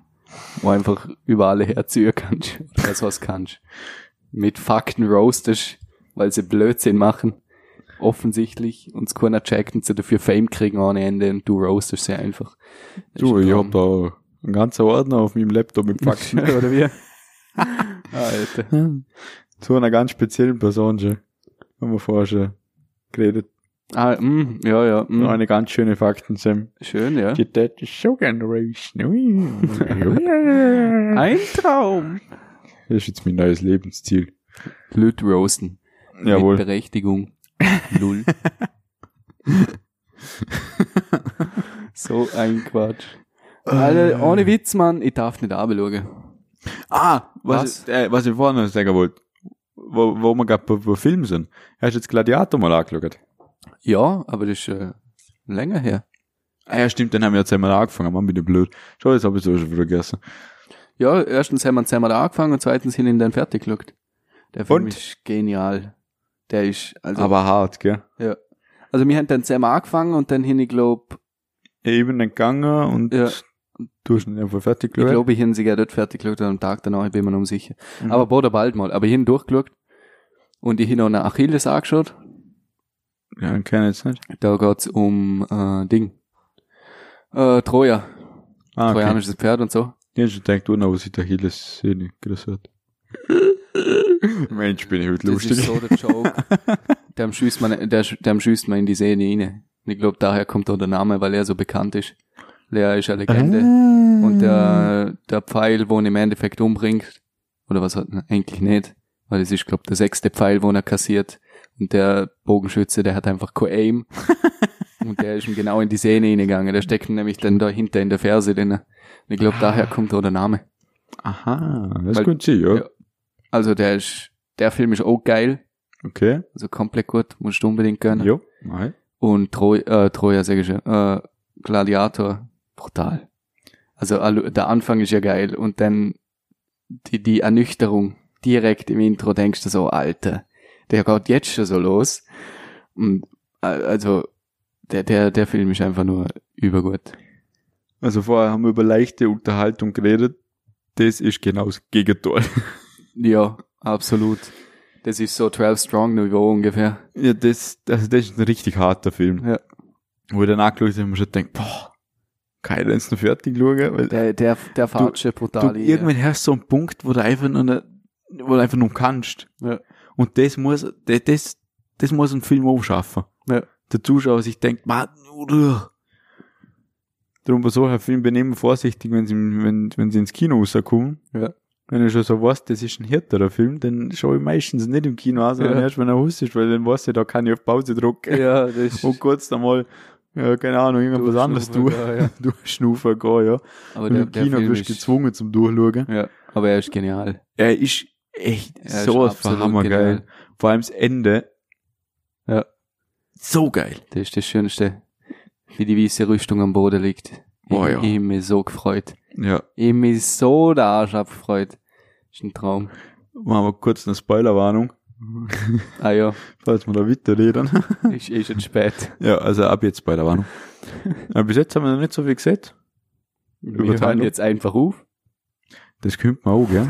Speaker 2: wo einfach über alle herziehen kannst, oder das was kannst. Mit Fakten roastest, weil sie Blödsinn machen, offensichtlich, und es keiner checkt und sie dafür Fame kriegen ohne Ende und du roastest sie einfach. Das
Speaker 1: Du,
Speaker 2: ist
Speaker 1: ich
Speaker 2: ein
Speaker 1: hab da einen ganzen Ordner auf meinem Laptop mit
Speaker 2: Traum.
Speaker 1: Fakten.
Speaker 2: oder wie? Alter.
Speaker 1: Zu einer ganz speziellen Person schon. Haben wir vorher schon geredet.
Speaker 2: Ah, mm, ja, ja.
Speaker 1: Nur
Speaker 2: Mm.
Speaker 1: Eine ganz schöne Fakten, Sam.
Speaker 2: Schön, ja.
Speaker 1: Die Dad ist so gerne roasten.
Speaker 2: Ein Traum.
Speaker 1: Das ist jetzt mein neues Lebensziel.
Speaker 2: Blöd roasten. Mit
Speaker 1: Jawohl.
Speaker 2: Berechtigung. Null. so ein Quatsch. Alter, ohne Witz, Mann, ich darf nicht abschauen.
Speaker 1: Ah, was,
Speaker 2: Was?
Speaker 1: äh, was ich vorhin noch sagen wollte, wo, wo wir gerade bei, bei Filmen sind. Hast du jetzt Gladiator mal angeschaut?
Speaker 2: Ja, aber das ist äh, länger her.
Speaker 1: Ah, ja, stimmt, dann haben wir jetzt einmal angefangen. Mann, bin ich blöd. Schau, jetzt habe ich es auch schon wieder vergessen.
Speaker 2: Ja, erstens haben wir zusammen da angefangen und zweitens sind ihn dann fertig geschaut. Der Film
Speaker 1: Und?
Speaker 2: ist genial. Der ist, also,
Speaker 1: Aber hart, gell?
Speaker 2: also wir haben dann zusammen angefangen und dann hin, ich glaube,
Speaker 1: Eben entgangen und
Speaker 2: Ja.
Speaker 1: du hast ihn einfach fertig
Speaker 2: ich
Speaker 1: geschaut.
Speaker 2: glaube, ich hin sogar dort fertig geschaut und am Tag danach, ich bin mir noch unsicher.
Speaker 1: Mhm.
Speaker 2: Aber boah, bald mal. Aber ich hin durchgeschaut und ich hin noch eine Achilles angeschaut.
Speaker 1: ja, kann ich jetzt nicht.
Speaker 2: Da geht's um äh, Ding. Äh, Troja.
Speaker 1: Ah, okay.
Speaker 2: Trojanisches Pferd und so.
Speaker 1: Ich hab schon gedacht, oh, was ich da hier Szene grüß hat. Mensch, bin ich heute
Speaker 2: Das
Speaker 1: lustig.
Speaker 2: ist so der Joke. dem schießt man, der, dem schießt man in die Sehne rein. Und Ich glaube, daher kommt auch der Name, weil er so bekannt ist. Er ist eine Legende.
Speaker 1: Ah.
Speaker 2: Und der, der Pfeil, wo ihn im Endeffekt umbringt, oder was hat er eigentlich nicht, weil es ist, glaube der sechste Pfeil, wo er kassiert. Und der Bogenschütze, der hat einfach kein Aim. Und der ist ihm genau in die Sehne hingegangen. Der steckt ihn nämlich dann dahinter in der Ferse drin. Und ich glaube, daher kommt auch der Name.
Speaker 1: Aha, das
Speaker 2: Weil-
Speaker 1: könnte sie, ja.
Speaker 2: ja. Also der ist, der Film ist auch geil.
Speaker 1: Okay.
Speaker 2: Also komplett gut, musst du unbedingt gönnen.
Speaker 1: Jo. Nein.
Speaker 2: Und Tro äh, Troja, sag ich schon, äh, Gladiator, brutal. Also allo- der Anfang ist ja geil und dann die, die Ernüchterung direkt im Intro denkst du so, Alter, der geht jetzt schon so los. Und äh, also der, der, der Film ist einfach nur übergut.
Speaker 1: Also vorher haben wir über leichte Unterhaltung geredet. Das ist genau das Gegenteil.
Speaker 2: Ja, absolut. Das ist so 12 Strong Niveau ungefähr.
Speaker 1: Ja, das, also das ist ein richtig harter Film.
Speaker 2: Ja.
Speaker 1: Wo ich dann angeschaut habe, mir schon denkt, boah, kann ich jetzt noch fertig schauen? Weil
Speaker 2: Der, der, der fährt schon brutal.
Speaker 1: du,
Speaker 2: ein,
Speaker 1: irgendwann hast du so einen Punkt, wo du einfach nur, ne- wo du einfach nur kannst.
Speaker 2: Ja.
Speaker 1: Und das muss, das, das, das muss ein Film auch schaffen.
Speaker 2: Ja.
Speaker 1: Der Zuschauer sich denkt, man, uah. Darum bei so einem Film bin ich immer vorsichtig, wenn sie, wenn, wenn sie ins Kino rauskommen.
Speaker 2: Ja.
Speaker 1: Wenn du schon so weißt, das ist ein Hirter, der Film, dann schaue ich meistens nicht im Kino an, sondern
Speaker 2: Ja.
Speaker 1: erst, wenn er Hus ist, weil dann weißt du, da kann ich auf Pause drücken
Speaker 2: Ja, das ist.
Speaker 1: und kurz einmal, ja, keine Ahnung, irgendwas anderes tun.
Speaker 2: Ja, ja.
Speaker 1: Durchschnuffen gehen, ja.
Speaker 2: Aber
Speaker 1: Und
Speaker 2: der,
Speaker 1: im
Speaker 2: der
Speaker 1: Kino
Speaker 2: Film
Speaker 1: wirst
Speaker 2: ist,
Speaker 1: du gezwungen zum Durchschauen.
Speaker 2: Ja, aber er ist genial.
Speaker 1: Er ist echt
Speaker 2: Er ist
Speaker 1: sowas von
Speaker 2: absolut
Speaker 1: hammergeil.
Speaker 2: genial.
Speaker 1: Vor allem das Ende.
Speaker 2: Ja.
Speaker 1: So geil.
Speaker 2: Das ist das Schönste. Wie die weiße Rüstung am Boden liegt.
Speaker 1: Oh
Speaker 2: ich
Speaker 1: ja.
Speaker 2: ich hab mich so gefreut.
Speaker 1: Ja.
Speaker 2: Ich hab mich so der Arsch abgefreut. Ist ein Traum.
Speaker 1: Machen wir kurz eine Spoilerwarnung,
Speaker 2: Ah ja,
Speaker 1: falls wir da weiterreden.
Speaker 2: ist eh schon spät.
Speaker 1: Ja, also ab jetzt Spoilerwarnung. Aber bis jetzt haben wir noch nicht so viel gesehen.
Speaker 2: Wir hören jetzt einfach auf.
Speaker 1: Das könnte man auch, gell?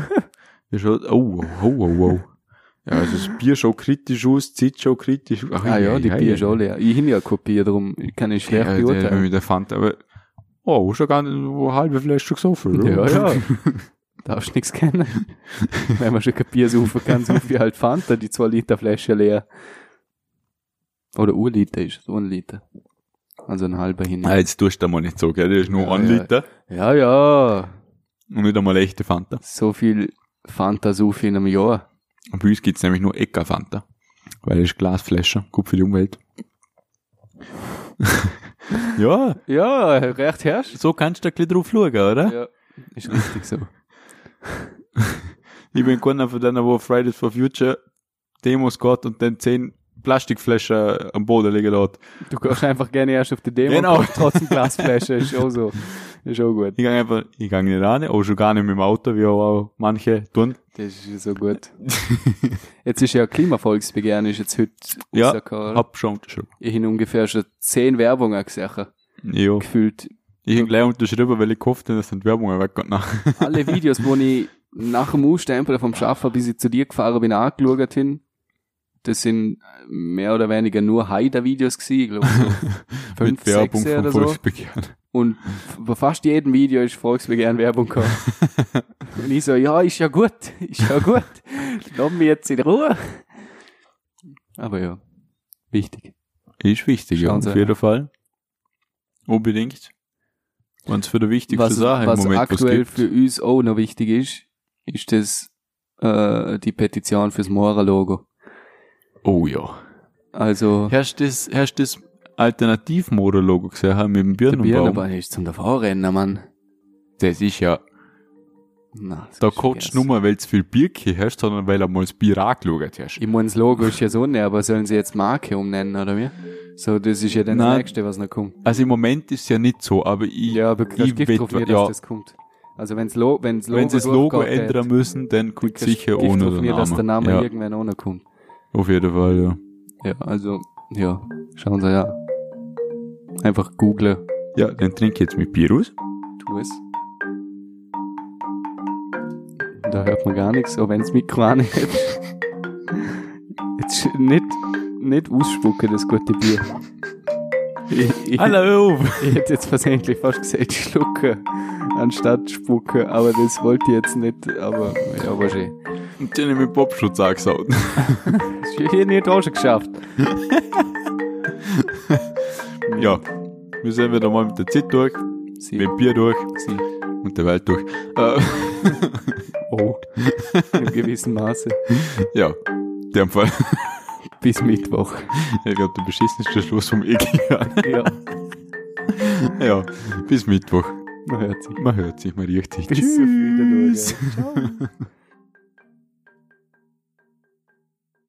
Speaker 1: Ja, schon, oh, oh, oh, oh. Ja, also das Bier schaut kritisch aus, die Zeit schaut kritisch aus.
Speaker 2: Ah ja, die Bier ist auch leer. Ich hab ja kopiert, darum kann ich schlecht
Speaker 1: Ja, der,
Speaker 2: beurteilen.
Speaker 1: mit der Fand, aber, oh, schon gar nicht, oh, halbe vielleicht schon gesoffen, oder?
Speaker 2: Ja, ja. Darfst nix kennen. Wenn man schon kein Bier saufen kann, so viel halt Fanta, die 2 Liter Flasche leer. Oder ein Liter ist es, ein Liter. Also ein halber hin.
Speaker 1: Nein, jetzt tust du mal nicht so, gell? Das ist nur
Speaker 2: Ja,
Speaker 1: ein
Speaker 2: ja.
Speaker 1: Liter
Speaker 2: Ja, ja.
Speaker 1: und nicht einmal echte Fanta.
Speaker 2: So viel Fanta saufe ich in einem Jahr.
Speaker 1: Und bei uns gibt's nämlich nur Ecker Fanta. Weil das ist Glasflasche, gut für die Umwelt. ja,
Speaker 2: Ja, recht herrscht.
Speaker 1: so kannst du ein bisschen drauf schauen, oder?
Speaker 2: Ja, ist richtig so.
Speaker 1: Ich bin keiner von denen, wo Fridays for Future Demos geht und dann zehn Plastikflaschen am Boden liegen lässt.
Speaker 2: Du gehst einfach gerne erst auf die Demo
Speaker 1: Genau.
Speaker 2: und kaufst trotzdem Glasflasche. Ist auch so. Ist auch gut.
Speaker 1: Ich gehe einfach, ich gehe nicht rein, auch schon gar nicht mit dem Auto, wie auch manche tun.
Speaker 2: Das ist so gut. Jetzt ist ja Klimavolksbegehren, ist jetzt heute
Speaker 1: Ja,
Speaker 2: rausgekommen, oder?
Speaker 1: Hab schon unterschrieben.
Speaker 2: Ich habe ungefähr schon zehn Werbungen gesehen.
Speaker 1: Ja.
Speaker 2: Gefühlt
Speaker 1: Ich habe gleich unterschrieben, weil ich gehofft habe, dass die Werbung weggeht. Nach.
Speaker 2: alle Videos, wo ich nach dem Ausstempeln vom Schaffer, bis ich zu dir gefahren bin, angeschaut habe. Das sind äh, mehr oder weniger nur Haider-Videos gewesen, ich glaube so fünf,
Speaker 1: Mit Werbung
Speaker 2: sechs oder
Speaker 1: vom
Speaker 2: so.
Speaker 1: Volksbegehren.
Speaker 2: Und f- bei fast jedem Video ist Volksbegehren Werbung gekommen. Und ich so, ja, ist ja gut, ist ja gut. Lass mich jetzt in Ruhe. Aber ja, wichtig.
Speaker 1: Ist wichtig, ja,
Speaker 2: Schauen
Speaker 1: auf
Speaker 2: Sie.
Speaker 1: jeden Fall. Unbedingt. Wenn es für die wichtigste
Speaker 2: was,
Speaker 1: Sache
Speaker 2: was
Speaker 1: im Moment
Speaker 2: aktuell
Speaker 1: was
Speaker 2: für
Speaker 1: gibt.
Speaker 2: uns auch noch wichtig ist, ist das äh, die Petition fürs Mora-Logo.
Speaker 1: Oh ja.
Speaker 2: Also
Speaker 1: Hast du das, hast du das Alternativmoder-Logo gesehen haben mit dem
Speaker 2: der
Speaker 1: Birnenbaum?
Speaker 2: Birnenbaum ist zum Davonrennen, Mann.
Speaker 1: Das ist ja
Speaker 2: Na, das
Speaker 1: Da
Speaker 2: ist
Speaker 1: kommst du
Speaker 2: vergessen.
Speaker 1: nicht mehr, weil du viel Birke hast, sondern weil du mal das Bier angeschaut hast.
Speaker 2: Ich meine, das Logo ist ja so ne, aber sollen sie jetzt Marke umnennen, oder wie? So, das ist ja dann das
Speaker 1: Nein.
Speaker 2: Nächste, was noch kommt.
Speaker 1: Also im Moment ist es ja nicht so, aber ich,
Speaker 2: Ja, aber da
Speaker 1: ich
Speaker 2: Stift
Speaker 1: wett-
Speaker 2: drauf, wie, dass
Speaker 1: ja,
Speaker 2: das kommt. Also wenn's Lo wenn's Logo
Speaker 1: wenn sie das Logo
Speaker 2: durchgeht, äh,
Speaker 1: ändern müssen, dann kommt
Speaker 2: kannst du
Speaker 1: sicher
Speaker 2: Stift
Speaker 1: ohne
Speaker 2: drauf,
Speaker 1: den
Speaker 2: wie, dass der Name
Speaker 1: Namen.
Speaker 2: irgendwann ohne kommt.
Speaker 1: Ja, auf jeden Fall, ja.
Speaker 2: Ja, also, ja, schauen Sie ja. Einfach googlen,
Speaker 1: Ja, dann trinke ich jetzt mit Bier aus.
Speaker 2: tu es. Da hört man gar nichts, auch wenn's Mikro anhebt. Jetzt sch- nicht, nicht ausspucken, das gute Bier. Ich, ich,
Speaker 1: Hallo!
Speaker 2: ich hätte jetzt versehentlich fast gesagt schlucken, anstatt spucken, aber das wollte ich jetzt nicht, aber ja, war schön.
Speaker 1: Und dann habe ich mit Popschutz angesaut.
Speaker 2: Das ist hier nicht auch schon geschafft.
Speaker 1: ja, wir sind wieder mal mit der Zeit durch,
Speaker 2: Sie,
Speaker 1: mit dem Bier durch
Speaker 2: sie,
Speaker 1: und der Welt durch. Äh,
Speaker 2: oh, in gewissem Maße.
Speaker 1: ja, in dem Fall.
Speaker 2: Bis Mittwoch.
Speaker 1: Ich glaube, der beschissenste Schluss vom Ekel.
Speaker 2: Ja,
Speaker 1: ja, bis Mittwoch.
Speaker 2: man hört sich.
Speaker 1: Man hört sich, man riecht sich.
Speaker 2: Bis auf Wiedersehen. Ciao.